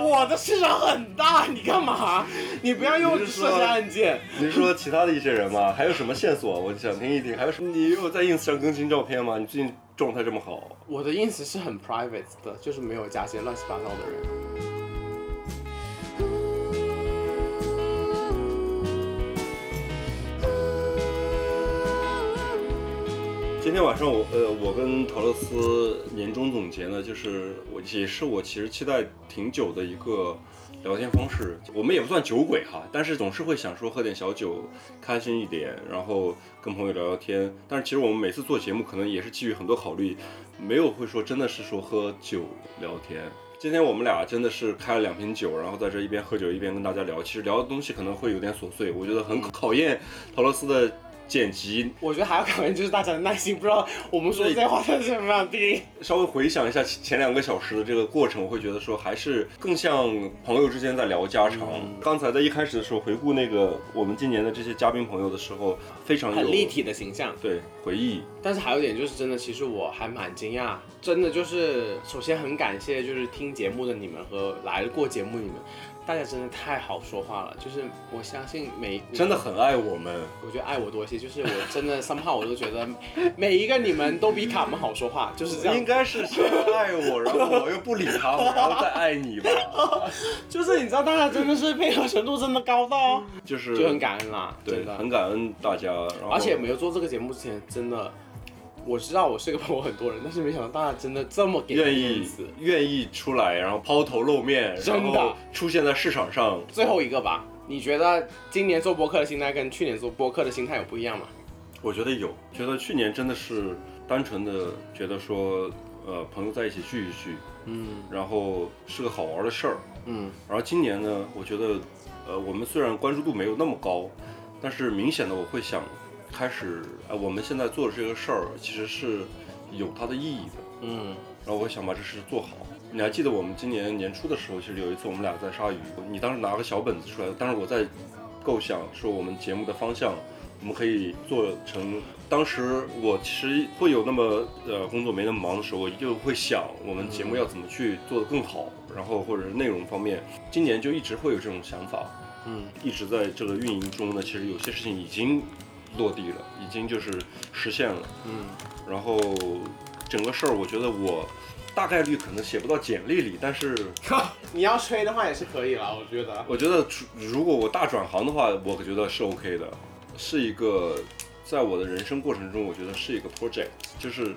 我的市场很大，你干嘛？你不要用你是说涉嫌案件。 你是说其他的一些人吗？还有什么线索？我想听一听。还有什么？你有在 ins 上更新照片吗？你最近状态这么好，我的 ins 是很 private 的，就是没有加些乱七八糟的人。今天晚上我呃，我跟陶乐斯呃年终总结呢，就是我也是我其实期待挺久的一个聊天方式。我们也不算酒鬼哈，但是总是会想说喝点小酒，开心一点，然后跟朋友聊聊天。但是其实我们每次做节目，可能也是基于很多考虑，没有会说真的是说喝酒聊天。今天我们俩真的是开了两瓶酒，然后在这一边喝酒一边跟大家聊，其实聊的东西可能会有点琐碎，我觉得很考验陶乐斯的剪辑，我觉得还要考验就是大家的耐心，不知道我们说这些话在什么样低。稍微回想一下前前两个小时的这个过程，我会觉得说还是更像朋友之间在聊家常。嗯刚才在一开始的时候回顾那个我们今年的这些嘉宾朋友的时候，非常有很立体的形象。对回忆。但是还有一点就是真的，其实我还蛮惊讶，真的就是首先很感谢就是听节目的你们和来过节目你们，大家真的太好说话了，就是我相信每真的很爱我们，我觉得爱我多一些，就是我真的 somehow 我都觉得每一个你们都比卡门好说话，就是这样，应该是先爱我，然后我又不理他，我然后再爱你吧，就是你知道大家真的是配合程度真的高到，就是 就很感恩啦，对，真的很感恩大家。然后而且没有做这个节目之前，真的我知道我是个朋友很多人，但是没想到大家真的这么给愿面意子愿意出来，然后抛头露面，真的然后出现在市场上。最后一个吧，你觉得今年做播客的心态跟去年做播客的心态有不一样吗？我觉得有，觉得去年真的是单纯的觉得说，呃，朋友在一起聚一聚，嗯，然后是个好玩的事儿，嗯，然后今年呢，我觉得，呃，我们虽然关注度没有那么高，但是明显的我会想，开始，呃，我们现在做的这个事儿其实是有它的意义的，嗯，然后我想把这事做好。你还记得我们今年年初的时候，其实有一次我们俩在鲨鱼，你当时拿个小本子出来，当时我在构想说我们节目的方向，我们可以做成。当时我其实会有那么呃工作没那么忙的时候，我就会想我们节目要怎么去做得更好，然后或者是内容方面，今年就一直会有这种想法，嗯，一直在这个运营中呢，其实有些事情已经落地了，已经就是实现了，嗯，然后整个事儿，我觉得我大概率可能写不到简历里，但是你要吹的话也是可以啦，我觉得。我觉得除如果我大转行的话，我觉得是 OK 的，是一个在我的人生过程中，我觉得是一个 project，就是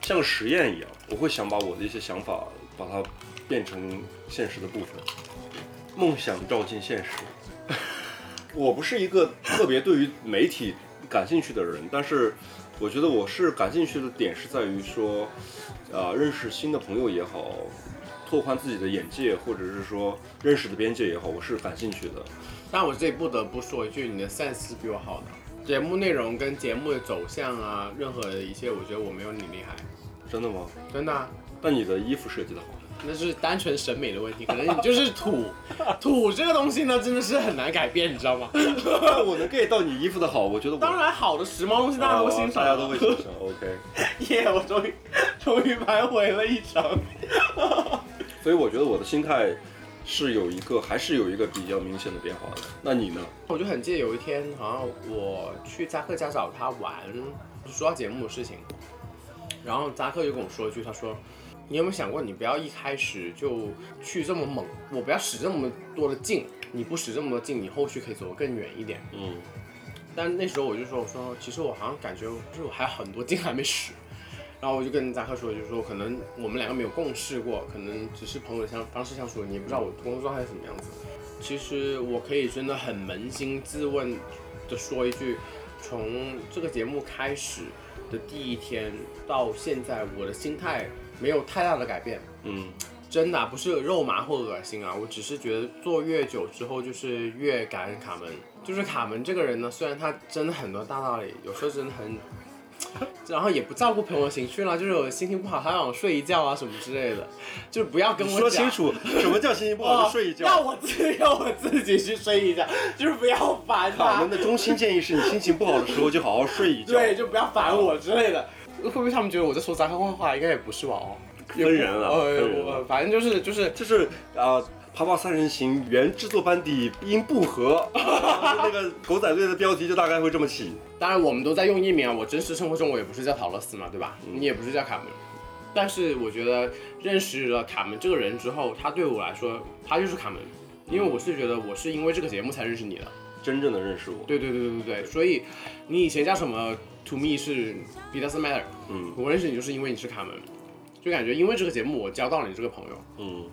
像个实验一样，我会想把我的一些想法把它变成现实的部分，梦想照进现实。 我不是一个特别对于媒体感兴趣的人，但是我觉得我是感兴趣的点是在于说，啊，认识新的朋友也好，拓宽自己的眼界，或者是说认识的边界也好，我是感兴趣的。但我这里不得 不说一句，你的 sense 是比我好的。节目内容跟节目的走向啊，任何的一切，我觉得我没有你厉害，真的吗？真的啊、但你的衣服设计的好，那是单纯审美的问题，可能你就是土，土这个东西呢，真的是很难改变，你知道吗？我能 get 到你衣服的好，我觉得我啊当然好的时髦东西大家都欣赏，哦大家都会欣赏。OK， 耶我终于终于挽回了一场。所以我觉得我的心态是有一个，还是有一个比较明显的变化的。那你呢？我就很记得有一天，好像我去扎克家找他玩，说到节目的事情，然后扎克就跟我说一句，他说：“你有没有想过，你不要一开始就去这么猛，我不要使这么多的劲，你不使这么多劲，你后续可以走得更远一点。”嗯。但那时候我就说：“我说，其实我好像感觉，就是我还有很多劲还没使。”然后我就跟扎克说，就是说可能我们两个没有共事过，可能只是朋友的相方式相处，你也不知道我工作状态是什么样子。其实我可以真的很扪心自问的说一句，从这个节目开始的第一天到现在，我的心态没有太大的改变。嗯，真的啊、不是肉麻或恶心啊，我只是觉得做越久之后，就是越感恩卡门。就是卡门这个人呢，虽然他真的很多大道理，有时候真的很，然后也不照顾朋友情绪啦，就是我心情不好，他让我睡一觉啊什么之类的，就是不要跟我说讲清楚什么叫心情不好就睡一觉 哦让我自让我自己去睡一觉，就是不要烦卡他门。的中心建议是你心情不好的时候就好好睡一觉。对，就不要烦我之类的。会不会他们觉得我在说脏话话？应该也不是吧？哦，分人了，呃分人了我反正就是就是就是啊，爬爬三人行原制作班底因不 合，那个狗仔队的标题就大概会这么起。当然，我们都在用艺名啊。我真实生活中我也不是叫陶乐斯嘛，对吧？嗯你也不是叫卡门。但是我觉得认识了卡门这个人之后，他对我来说，他就是卡门，因为我是觉得我是因为这个节目才认识你的，真正的认识我。对对对对对对，所以你以前叫什么？To me 是 it doesn't matter。嗯，我认识你就是因为你是卡门，就感觉因为这个节目我交到了你这个朋友。嗯，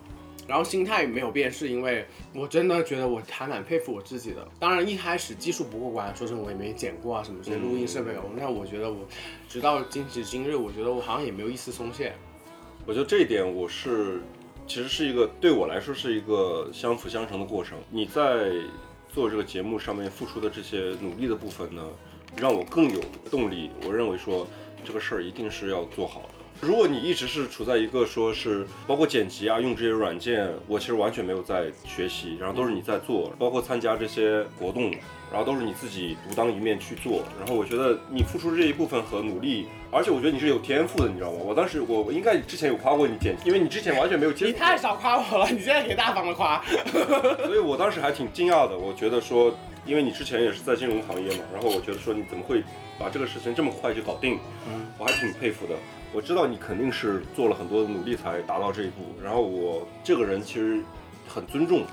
然后心态没有变，是因为我真的觉得我还蛮佩服我自己的。当然一开始技术不过关，说真的我也没剪过啊什么这些嗯录音设备，我那我觉得我直到今时今日，我觉得我好像也没有一丝松懈。我觉得这一点我是，其实是一个对我来说是一个相辅相成的过程。你在做这个节目上面付出的这些努力的部分呢，让我更有动力。我认为说这个事儿一定是要做好的。如果你一直是处在一个说是包括剪辑啊，用这些软件，我其实完全没有在学习，然后都是你在做，包括参加这些活动，然后都是你自己独当一面去做。然后我觉得你付出这一部分和努力，而且我觉得你是有天赋的，你知道吗？我当时我我应该之前有夸过你剪，因为你之前完全没有接触你 过。太少夸我了，你现在给大方的夸。 所以我当时还挺惊讶的，我觉得说，因为你之前也是在金融行业嘛，然后我觉得说你怎么会把这个事情这么快就搞定，嗯我还挺佩服的。我知道你肯定是做了很多的努力才达到这一步，然后我这个人其实很尊重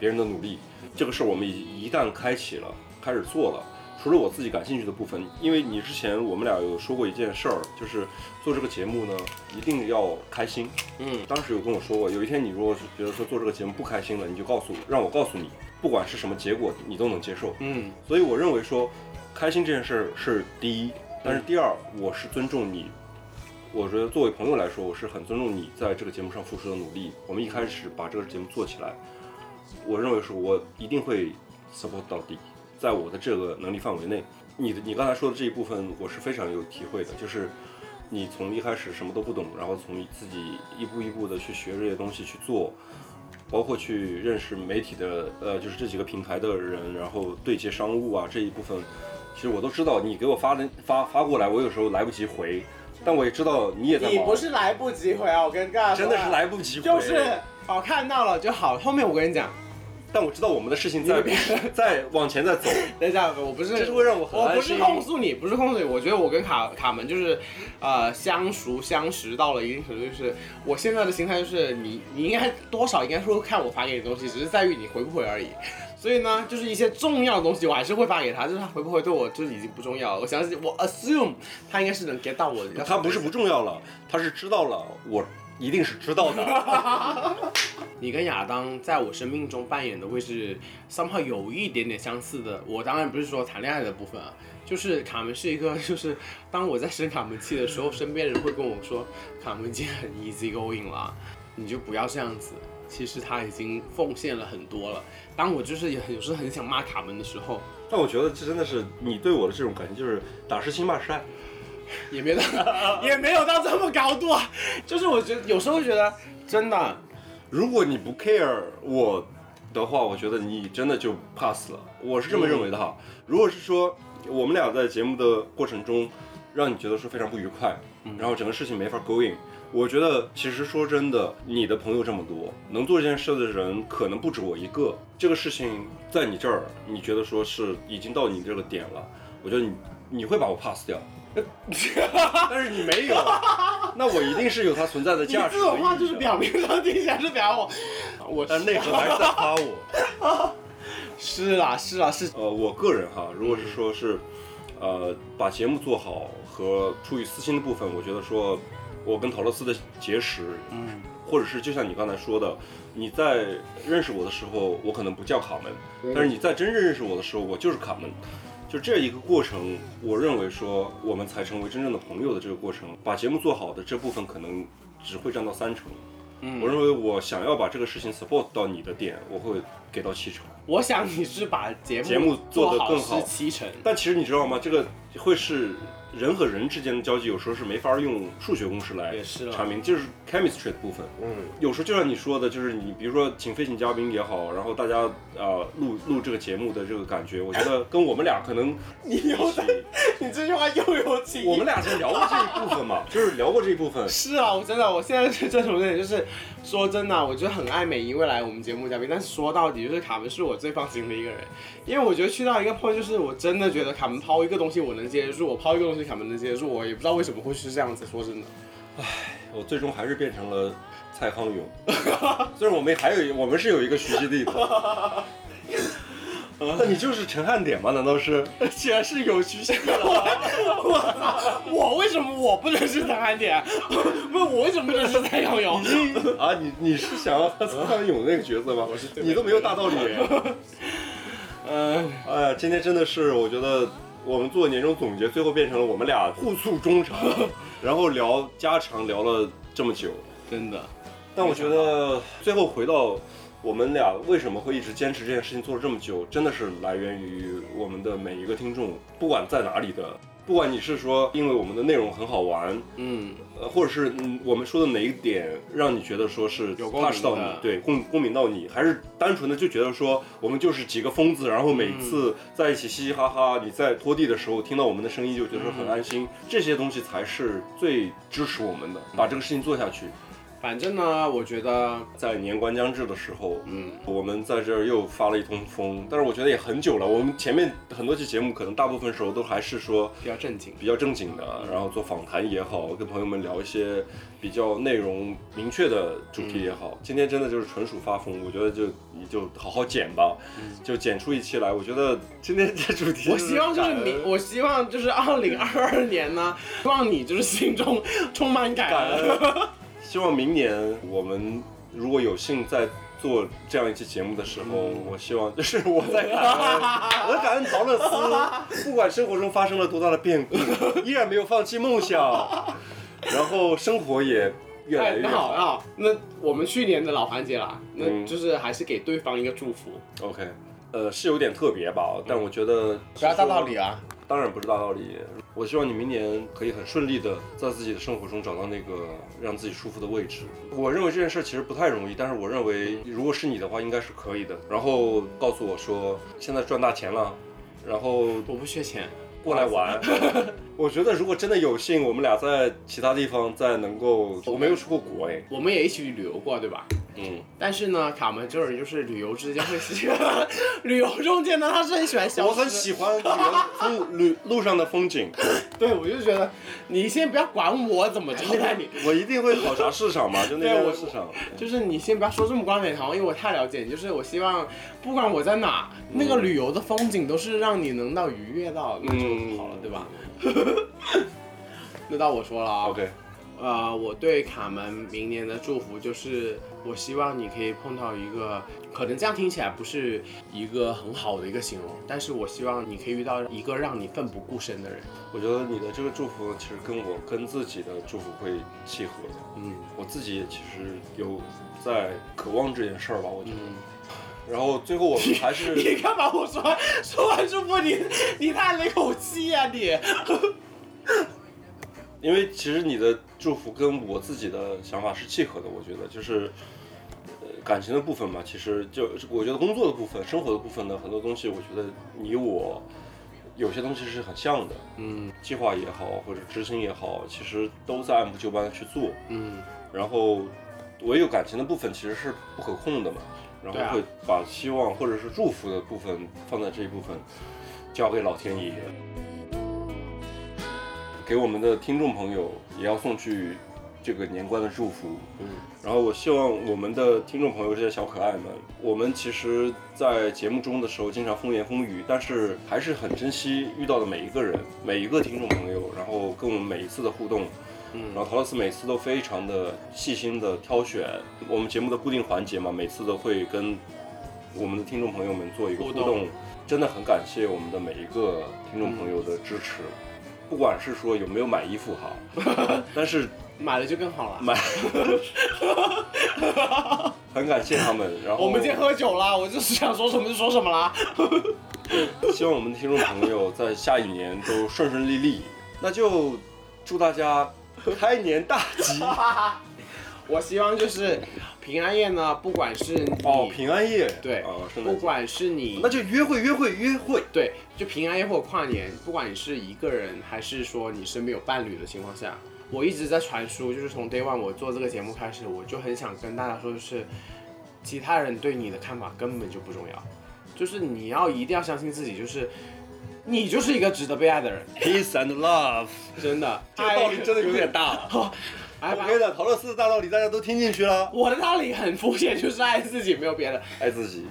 别人的努力，这个事儿我们一一旦开启了，开始做了。除了我自己感兴趣的部分，因为你之前我们俩有说过一件事儿，就是做这个节目呢，一定要开心。嗯，当时有跟我说过，有一天你如果是觉得说做这个节目不开心了，你就告诉我，让我告诉你，不管是什么结果，你都能接受。嗯，所以我认为说，开心这件事儿是第一，但是第二，我是尊重你。我觉得作为朋友来说，我是很尊重你在这个节目上付出的努力。我们一开始把这个节目做起来，我认为是我一定会 support 到底，在我的这个能力范围内。你的你刚才说的这一部分，我是非常有体会的，就是你从一开始什么都不懂，然后从自己一步一步的去学这些东西去做，包括去认识媒体的呃，就是这几个平台的人，然后对接商务啊这一部分，其实我都知道。你给我发的发发过来，我有时候来不及回，但我也知道你也在忙。你不是来不及回啊！我跟大家说啊真的是 来不及回就是哦，看到了就好。后面我跟你讲，但我知道我们的事情在 在往前在走。等一下，我不是，这是会让我很我安不是心控诉你，不是控诉你。我觉得我跟卡卡门就是，呃，相熟相识到了一定程度，就是我现在的心态就是你，你应该多少应该说看我发给你的东西，只是在于你回不回而已。 所以呢，就是一些重要的东西，我还是会发给他，就是他回不回对我就是已经不重要了。我相信，我 assume 他应该是能 get 到我。他不是不重要了，他是知道了，我一定是知道的。你跟亚当在我生命中扮演的位置 somehow 有一点点相似的。我当然不是说谈恋爱的部分啊，就是卡门是一个， 就是当我在生卡门气的时候，身边人会跟我说，卡门已经很 easy going 了，你就不要这样子。其实他已经奉献了很多了。当我就是也有时候很想骂卡门的时候，但我觉得这真的是你对我的这种感情，就是打是亲骂是爱。也没到，也没有到这么高度啊。就是我觉得有时候觉得真的，如果你不 care 我的话，我觉得你真的就 pass 了。我是这么认为的哈。嗯如果是说我们俩在节目的过程中，让你觉得说非常不愉快，然后整个事情没法 going，我觉得其实说真的，你的朋友这么多，能做这件事的人可能不止我一个。这个事情在你这儿，你觉得说是已经到你这个点了，我觉得你你会把我 pass 掉。但是你没有，那我一定是有它存在的你价值这和意义的。种话就是表面上听起来是表我，我但内核还是在夸我。 是啦，是啦，是。呃，我个人哈，如果是说是，呃，把节目做好和出于私心的部分，我觉得说，我跟陶乐斯的结识，嗯，或者是就像你刚才说的，你在认识我的时候，我可能不叫卡门，嗯但是你在真正认识我的时候，我就是卡门。就这一个过程，我认为说我们才成为真正的朋友的这个过程，把节目做好的这部分可能只会占到三成。嗯我认为我想要把这个事情 support 到你的点，我会给到七成。我想你是把节目节目做做得更好好，七成。但其实你知道吗？这个会是人和人之间的交际，有时候是没法用数学公式来啊阐明，就是 chemistry 的部分。嗯，有时候就像你说的，就是你比如说请飞行嘉宾也好，然后大家呃录录这个节目的这个感觉，我觉得跟我们俩可能你又在， 你这句话又有起。我们俩是聊过这一部分嘛，就是聊过这一部 分。是啊，我真的，我现在是这种人，就是说真的啊，我就很爱每一位来我们节目嘉宾，但是说到底，就是卡门是我最放心的一个人，因为我觉得去到一个 point，就是我真的觉得卡门抛一个东西我能接住，我抛一个东西卡门能接住，我也不知道为什么会是这样子。说真的，我最终还是变成了蔡康永， 虽然我们还有一我们是有一个徐基地的， 那你就是陈汉典吗？难道是？既然是有局限的，我我我为什么我不能是张安典？不是我为什么不能是蔡康永？啊，你你是想要他蔡康永那个角色吗？你都没有大道理。嗯， 哎呀，今天真的是，我觉得我们做年终总结，最后变成了我们俩互诉衷肠，然后聊家常聊了这么久，真的。但我觉得最后回到我们俩为什么会一直坚持这件事情做了这么久，真的是来源于我们的每一个听众，不管在哪里的，不管你是说因为我们的内容很好玩，嗯，呃，或者是嗯我们说的哪一点让你觉得说是有共鸣 touch 到你的，对共共鸣到你，还是单纯的就觉得说我们就是几个疯子，然后每次在一起嘻嘻哈哈，你在拖地的时候听到我们的声音就觉得很安心，这些东西才是最支持我们的，把这个事情做下去。反正呢，我觉得在年关将至的时候，嗯，我们在这儿又发了一通风，但是我觉得也很久了。我们前面很多期节目，可能大部分时候都还是说比较正经、嗯比较正经的，然后做访谈也好，跟朋友们聊一些比较内容明确的主题也好。嗯今天真的就是纯属发疯，我觉得就你就好好剪吧，就剪出一期来。我觉得今天这主题，嗯我希望就是你，我希望就是二零二二年呢，希望你就是心中充满感感恩。恩。希望明年我们如果有幸在做这样一期节目的时候，我希望就是我在感恩，我在感恩陶乐斯，不管生活中发生了多大的变故，依然没有放弃梦想，然后生活也越来越那好，那好。好，那我们去年的老环节啦，那嗯就是还是给对方一个祝福。 OK，呃，是有点特别吧，但我觉得不要大道理啊，当然不是大道理。我希望你明年可以很顺利的在自己的生活中找到那个让自己舒服的位置。我认为这件事其实不太容易，但是我认为如果是你的话，应该是可以的。然后告诉我说现在赚大钱了，然后我不缺钱，啊过来玩。 我觉得如果真的有幸，我们俩在其他地方再能够，我没有出过国哎，我们也一起旅游过，对吧？嗯，但是呢，卡门这种人就是旅游之间会喜欢， 旅游中间呢，他是很喜欢消失。我很喜欢旅游风旅路上的风景。 对，我就觉得你先不要管我怎么招待你，我一定会考察市场嘛，就那边对我的市场。就是你先不要说这么冠冕堂皇，因为我太了解你。就是我希望，不管我在哪，嗯那个旅游的风景都是让你能到愉悦到，那嗯就好了，对吧？ 那到我说了啊、 OK，呃，我对卡门明年的祝福就是，我希望你可以碰到一个，可能这样听起来不是一个很好的一个形容，但是我希望你可以遇到一个让你奋不顾身的人。我觉得你的这个祝福其实跟我跟自己的祝福会契合的。嗯，我自己也其实有在渴望这件事儿吧，我觉得。然后最后我们还是嗯 你干嘛？我说说完祝福你，你叹了一口气呀、你。因为其实你的祝福跟我自己的想法是契合的，我觉得就是，呃，感情的部分嘛，其实就是我觉得工作的部分、生活的部分呢，很多东西我觉得你我有些东西是很像的，嗯，计划也好，或者执行也好，其实都在按部就班的去做，嗯，然后唯有感情的部分其实是不可控的嘛，然后对啊会把希望或者是祝福的部分放在这一部分，交给老天爷。给我们的听众朋友也要送去这个年关的祝福。嗯，然后我希望我们的听众朋友这些小可爱们，我们其实，在节目中的时候经常风言风语，但是还是很珍惜遇到的每一个人、每一个听众朋友，然后跟我们每一次的互动。嗯然后陶乐斯每次都非常的细心的挑选我们节目的固定环节嘛，每次都会跟我们的听众朋友们做一个互互动动，真的很感谢我们的每一个听众朋友的支持，嗯不管是说有没有买衣服 哈，但是买了就更好了。买， 很感谢他们。然后我们今天喝酒啦，我就是想说什么就说什么啦。希望我们的听众朋友在下一年都顺顺利利，那就祝大家开年大吉。 我希望就是平安夜呢，不管是你哦，平安夜对，圣诞不节管是你，那就约会约会约会，对，就平安夜或者跨年，不管你是一个人还是说你身边有伴侣的情况下，我一直在传输，就是从 day one 我做这个节目开始，我就很想跟大家说，就是其他人对你的看法根本就不重要，就是你要一定要相信自己，就是你就是一个值得被爱的人。 Peace and love，真的，哎这个道理真的有点大了。我跟你讲，陶乐斯的大道理大家都听进去了。我的道理很肤浅，就是爱自己，没有别的。爱自己。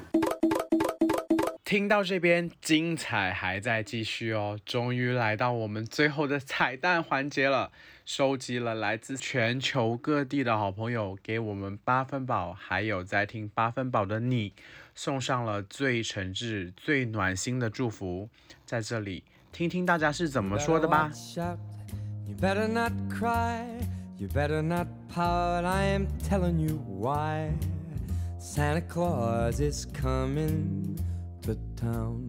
听到这边，精彩还在继续哦！终于来到我们最后的彩蛋环节了，收集了来自全球各地的好朋友给我们八分饱，还有在听八分饱的你，送上了最诚挚、最暖心的祝福。在这里，听听大家是怎么说的吧。 You better not cry, you better not pout, I am telling you why. Santa Claus is coming to town.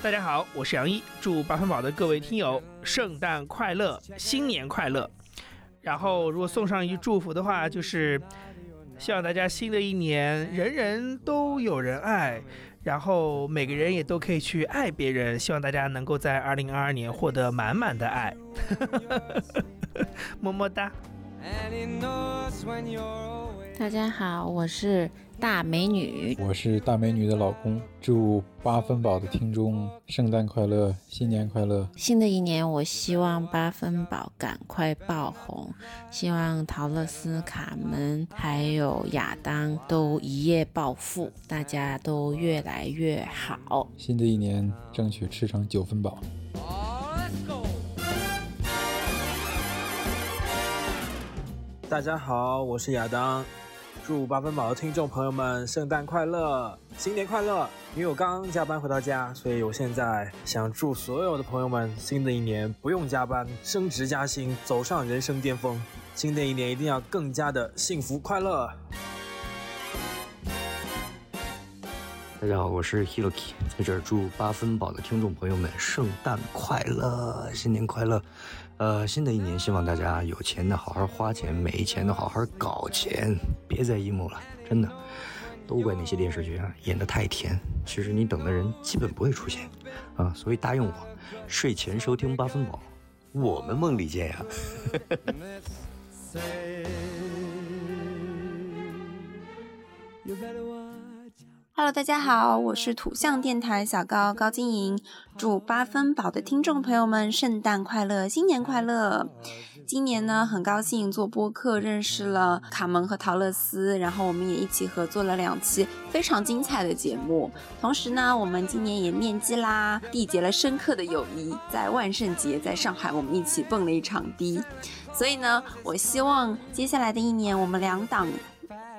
大家好，我是杨一，祝八分宝的各位听友圣诞快乐，新年快乐。然后，如果送上一句祝福的话，就是希望大家新的一年人人都有人爱，然后每个人也都可以去爱别人。希望大家能够在二零二二年获得满满的爱。 么么哒！ And he knows when you're away. 大家好，我是大美女。我是大美女的老公，祝八分宝的听众圣诞快乐，新年快乐。新的一年，我希望八分宝赶快爆红，希望陶乐斯、卡门还有亚当都一夜暴富，大家都越来越好。新的一年争取吃成九分饱。大家好，我是亚当，祝八分宝的听众朋友们圣诞快乐，新年快乐！因为我刚刚加班回到家，所以我现在想祝所有的朋友们新的一年不用加班，升职加薪，走上人生巅峰。新的一年一定要更加的幸福快乐。大家好，我是 Hiroki，在这儿祝八分宝的听众朋友们圣诞快乐，新年快乐！呃，新的一年希望大家有钱的好好花钱，没钱的好好搞钱，别再 emo 了，真的。都怪那些电视剧啊演得太甜，其实你等的人基本不会出现啊，所以答应我，睡前收听八分宝，我们梦里见呀、啊 Hello，大家好，我是土象电台小高高晶莹，祝八分宝的听众朋友们圣诞快乐，新年快乐！今年呢，很高兴做播客认识了卡门和陶乐斯，然后我们也一起合作了两期非常精彩的节目。同时呢，我们今年也面基啦，缔结了深刻的友谊。在万圣节，在上海，我们一起蹦了一场迪。所以呢，我希望接下来的一年，我们两档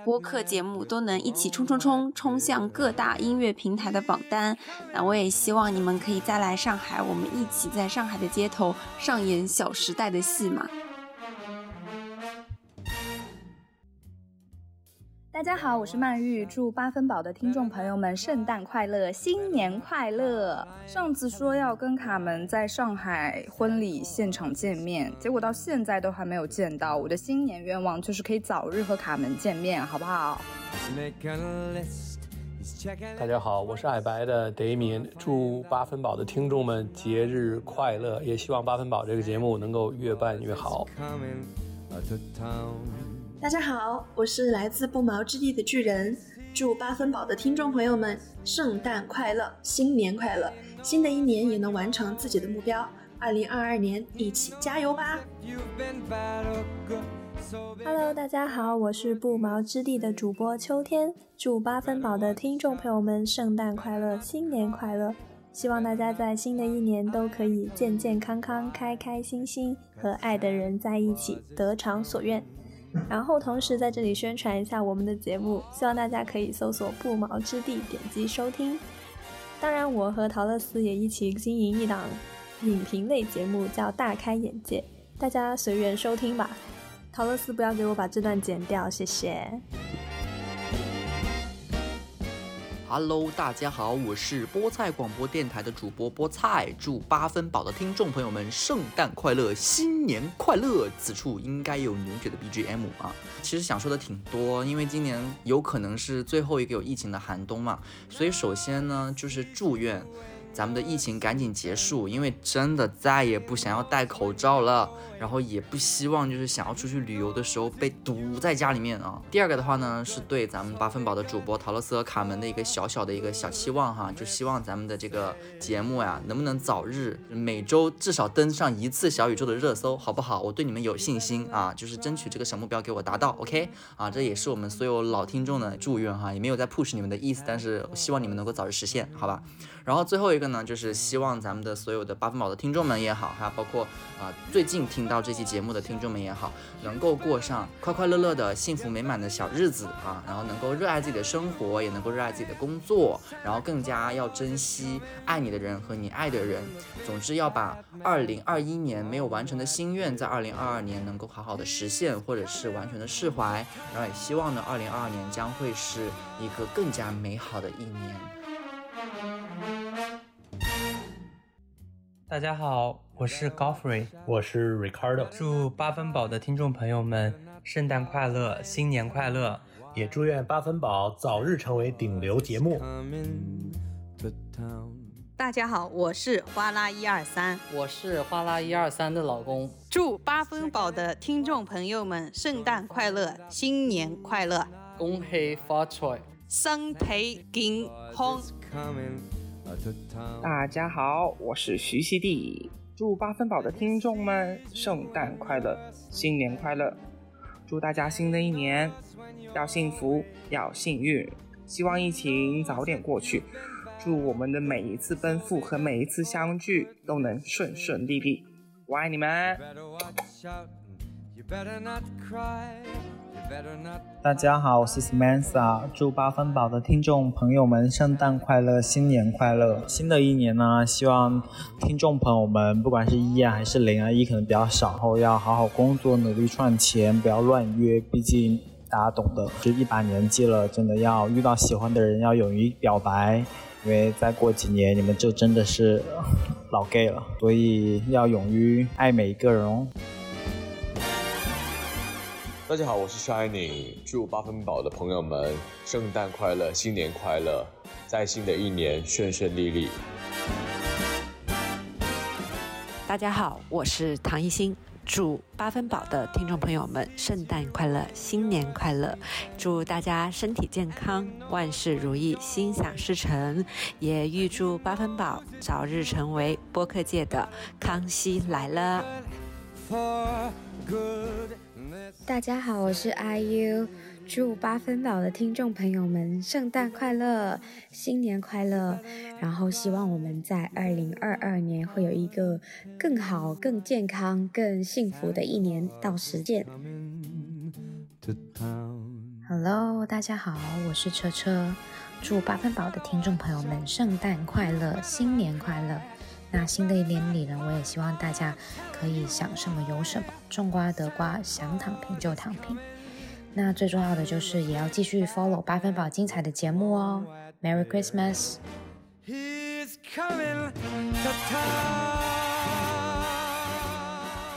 播客节目都能一起冲冲冲冲向各大音乐平台的榜单。那我也希望你们可以再来上海，我们一起在上海的街头上演《小时代》的戏码。大家好，我是曼玉，祝八分宝的听众朋友们圣诞快乐，新年快乐！上次说要跟卡门在上海婚礼现场见面，结果到现在都还没有见到。我的新年愿望就是可以早日和卡门见面，好不好？ He's making a list. He's checking 大家好，我是矮白的德民，祝八分宝的听众们节日快乐，也希望八分宝这个节目能够越办越好。 coming to town. 大家好，我是来自不毛之地的巨人，祝八分宝的听众朋友们圣诞快乐，新年快乐！新的一年也能完成自己的目标，二零二二年一起加油吧！ Hello，大家好，我是不毛之地的主播秋天，祝八分宝的听众朋友们圣诞快乐，新年快乐！希望大家在新的一年都可以健健康康、开开心心，和爱的人在一起，得偿所愿。然后同时在这里宣传一下我们的节目，希望大家可以搜索“不毛之地”，点击收听。当然，我和陶乐斯也一起经营一档影评类节目，叫《大开眼界》，大家随缘收听吧。陶乐斯，不要给我把这段剪掉，谢谢。 Hello，大家好，我是菠菜广播电台的主播菠菜，祝八分饱的听众朋友们圣诞快乐，新年快乐！此处应该有牛姐的 BGM 啊。其实想说的挺多，因为今年有可能是最后一个有疫情的寒冬嘛，所以首先呢就是祝愿咱们的疫情赶紧结束，因为真的再也不想要戴口罩了，然后也不希望就是想要出去旅游的时候被堵在家里面啊。第二个的话呢，是对咱们八分宝的主播陶乐斯和卡门的一个小小的一个小期望哈，就希望咱们的这个节目呀，能不能早日每周至少登上一次小宇宙的热搜，好不好？我对你们有信心啊，就是争取这个小目标给我达到，OK？啊，这也是我们所有老听众的祝愿哈，也没有在 push 你们的意思，但是希望你们能够早日实现，好吧？然后最后一个。个呢，就是希望咱们的所有的八分宝的听众们也好，哈，包括啊、最近听到这期节目的听众们也好，能够过上快快乐乐的、幸福美满的小日子啊，然后能够热爱自己的生活，也能够热爱自己的工作，然后更加要珍惜爱你的人和你爱的人。总之，要把二零二一年没有完成的心愿，在二零二二年能够好好的实现，或者是完全的释怀。然后也希望呢，二零二二年将会是一个更加美好的一年。大家好，我是 Godfrey，我是 Ricardo。祝八分饱的听众朋友们圣诞快乐，新年快乐！也祝愿八分饱早日成为顶流节目。大家好，我是花啦一二三，我是花啦一二三的老公，祝八分饱的听众朋友们圣诞快乐，新年快乐，恭喜发财，身体健康。大家好，我是徐熙娣，祝八分宝的听众们圣诞快乐，新年快乐！祝大家新的一年要幸福，要幸运，希望疫情早点过去，祝我们的每一次奔赴和每一次相聚都能顺顺利利。我爱你们！大家好，我是 Samantha，祝八分宝的听众朋友们圣诞快乐，新年快乐！新的一年呢，希望听众朋友们，不管是一啊还是零啊，一可能比较少，然后要好好工作，努力赚钱，不要乱约，毕竟大家懂的，就一把年纪了，真的要遇到喜欢的人要勇于表白，因为再过几年你们就真的是呃老 gay 了，所以要勇于爱每一个人哦。大家好，我是 Shining，祝八分宝的朋友们圣诞快乐，新年快乐，在新的一年顺顺利利。大家好，我是唐艺昕，祝八分宝的听众朋友们圣诞快乐，新年快乐！祝大家身体健康，万事如意，心想事成！也预祝八分宝早日成为播客界的康熙来了。大家好，我是 IU，祝八分宝的听众朋友们圣诞快乐，新年快乐！然后希望我们在二零二二年会有一个更好、更健康、更幸福的一年，到时见。 Hello，大家好，我是车车，祝八分宝的听众朋友们圣诞快乐，新年快乐。那新的一年里呢，我也希望大家可以想什么有什么，种瓜得瓜，想躺平就躺平。那最重要的就是也要继续 follow 八分宝精彩的节目哦。Merry Christmas！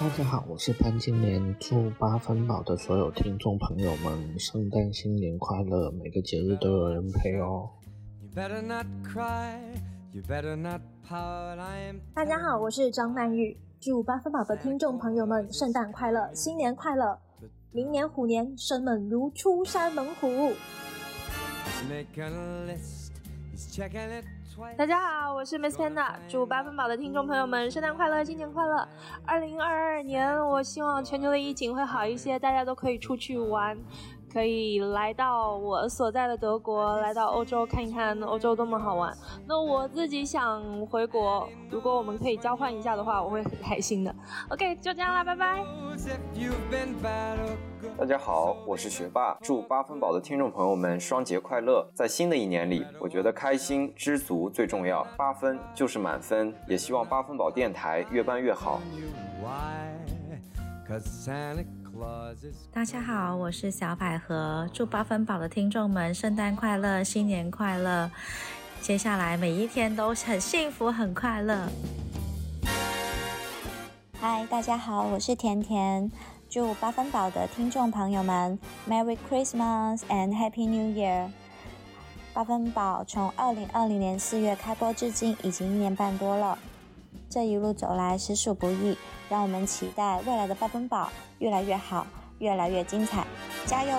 大家好，我是潘金莲，祝八分宝的所有听众朋友们圣诞新年快乐，每个节日都有人陪哦。 Better not cry, you better not pout. I am 大家好，我是张曼玉，祝八分宝的听众朋友们圣诞快乐，新年快乐，明年虎年生猛如出山猛虎。 He's making a list, he's checking it twice. 大家好，我是 Miss Panda，祝八分宝的听众朋友们圣诞快乐，新年快乐！二零二二年，我希望全球的疫情会好一些，大家都可以出去玩，可以来到我所在的德国，来到欧洲看一看欧洲多么好玩。那我自己想回国，如果我们可以交换一下的话，我会很开心的。OK，就这样啦，拜拜。 You've been bad, oh, 大家好，我是学霸，祝八分宝的听众朋友们双节快乐！在新的一年里，我觉得开心知足最重要，八分就是满分，也希望八分宝电台越办越好。 why? Cause Santa Claus is 大家好，我是小百合，祝八分宝的听众们圣诞快乐，新年快乐！接下来每一天都很幸福，很快乐。嗨，大家好，我是甜甜，祝八分宝的听众朋友们 Merry Christmas and Happy New Year。八分宝从二零二零年四月开播至今已经一年半多了，这一路走来实属不易，让我们期待未来的八分宝越来越好，越来越精彩，加油！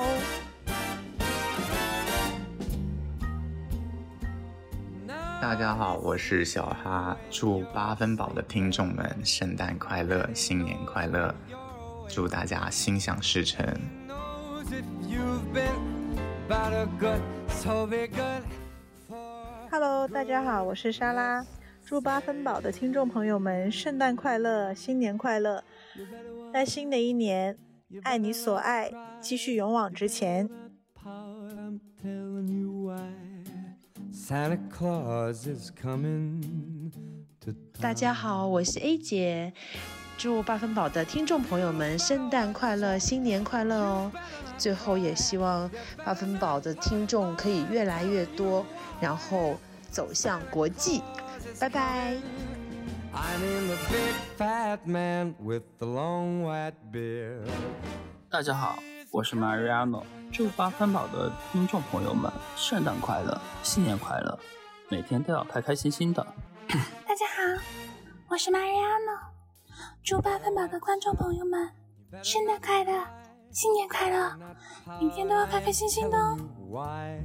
大家好，我是小哈，祝八分宝的听众们圣诞快乐，新年快乐，祝大家心想事成。 knows if you've been bad or good, so be good. Hello，大家好，我是莎拉，祝八分宝的听众朋友们圣诞快乐，新年快乐！在新的一年，爱你所爱，继续勇往直前。 telling you why Santa Claus is coming to 大家好，我是 A 姐，祝八分宝的听众朋友们圣诞快乐，新年快乐哦！最后也希望八分宝的听众可以越来越多，然后走向国际，拜拜。 I'm in the big fat man with the long white beard. 大家好，我是 Mariano，祝八分宝的听众朋友们圣诞快乐，新年快乐，每天都要开开心心的。大家好，我是 Mariano，祝八分宝的观众朋友们圣诞快乐，新年快乐，每天都要开开心心的哦。 Why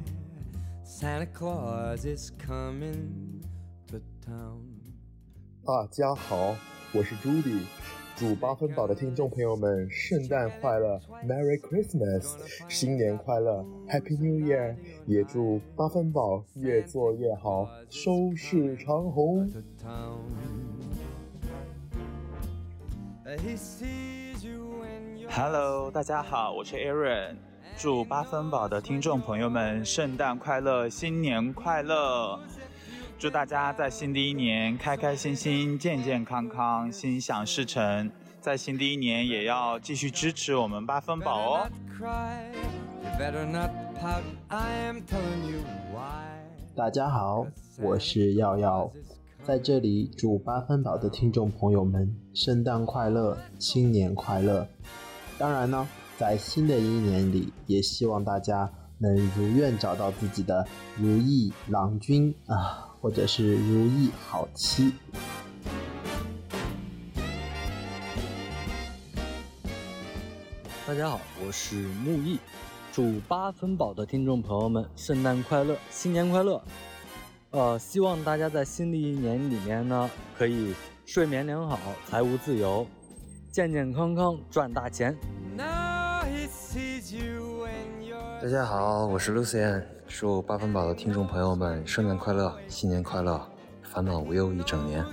Santa Claus is coming to town. 大家好，我是朱莉，祝八分宝的听众朋友们圣诞快乐，Merry Christmas，新年快乐，Happy New Year，也祝八分宝越做越好，收视长虹。 He sees you when you're Hello，大家好，我是 Aaron，祝八分宝的听众朋友们圣诞快乐，新年快乐！祝大家在新的一年开开心心、健健康康、心想事成。在新的一年，也要继续支持我们八分宝哦。 cry. You better not pout. I am telling you why. 大家好，我是耀耀，在这里祝八分宝的听众朋友们圣诞快乐，新年快乐！当然呢，在新的一年里，也希望大家能如愿找到自己的如意郎君啊，或者是如意好妻。大家好，我是木易，祝八分宝的听众朋友们圣诞快乐，新年快乐！呃，希望大家在新的一年里面呢，可以睡眠良好，财务自由，健健康康，赚大钱。 Now he sees you when you're 大家好，我是 Lucian，祝八分宝的听众朋友们圣诞快乐，新年快乐，烦恼无忧一整年。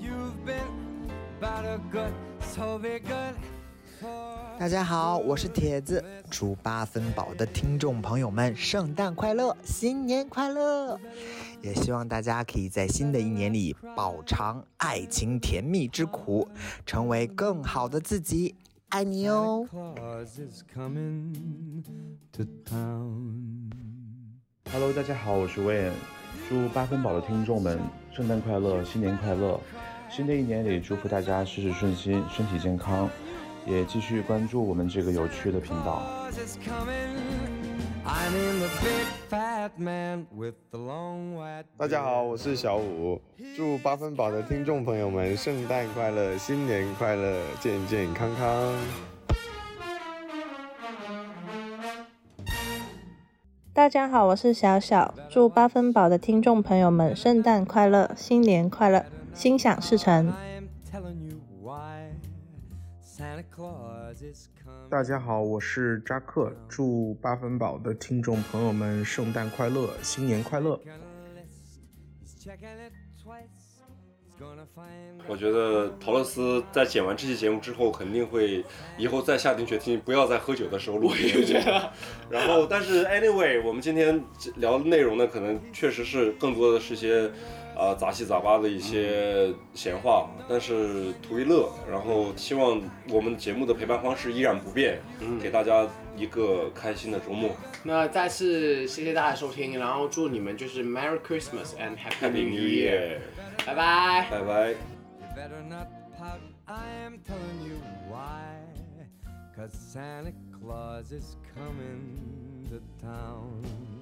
you've been about a good, so be good. 大家好，我是铁子，祝八分宝的听众朋友们圣诞快乐，新年快乐！也希望大家可以在新的一年里饱尝爱情甜蜜之苦，成为更好的自己，爱你哦！ Claus is coming to town. Hello，大家好，我是 Wayne，祝八分宝的听众们圣诞快乐，新年快乐！新的一年里，祝福大家事事顺心，身体健康，也继续关注我们这个有趣的频道。 Claus is coming. I'm in the big fat man with the long white. 大家好，我是小五，祝八分宝的听众朋友们圣诞快乐，新年快乐，健健康康。大家好，我是小小，祝八分宝的听众朋友们圣诞快乐，新年快乐，心想事成。 Telling you why Santa Claus is coming. 大家好，我是扎克，祝八分宝的听众朋友们圣诞快乐，新年快乐！ He's checking it twice. He's gonna find 我觉得陶乐斯在剪完这期节目之后，肯定会以后再下定决心，不要在喝酒的时候录音。然后，但是 anyway，我们今天聊的内容呢，可能确实是更多的是一些啊、呃杂七杂八的一些闲话，但是图一乐。然后希望我们节目的陪伴方式依然不变，给大家一个开心的周末。那再次谢谢大家收听，然后祝你们就是 Merry Christmas and Happy Happy New New Year，拜拜。拜拜。 You better not pout. I am telling you why. Cause Santa Claus is coming to town.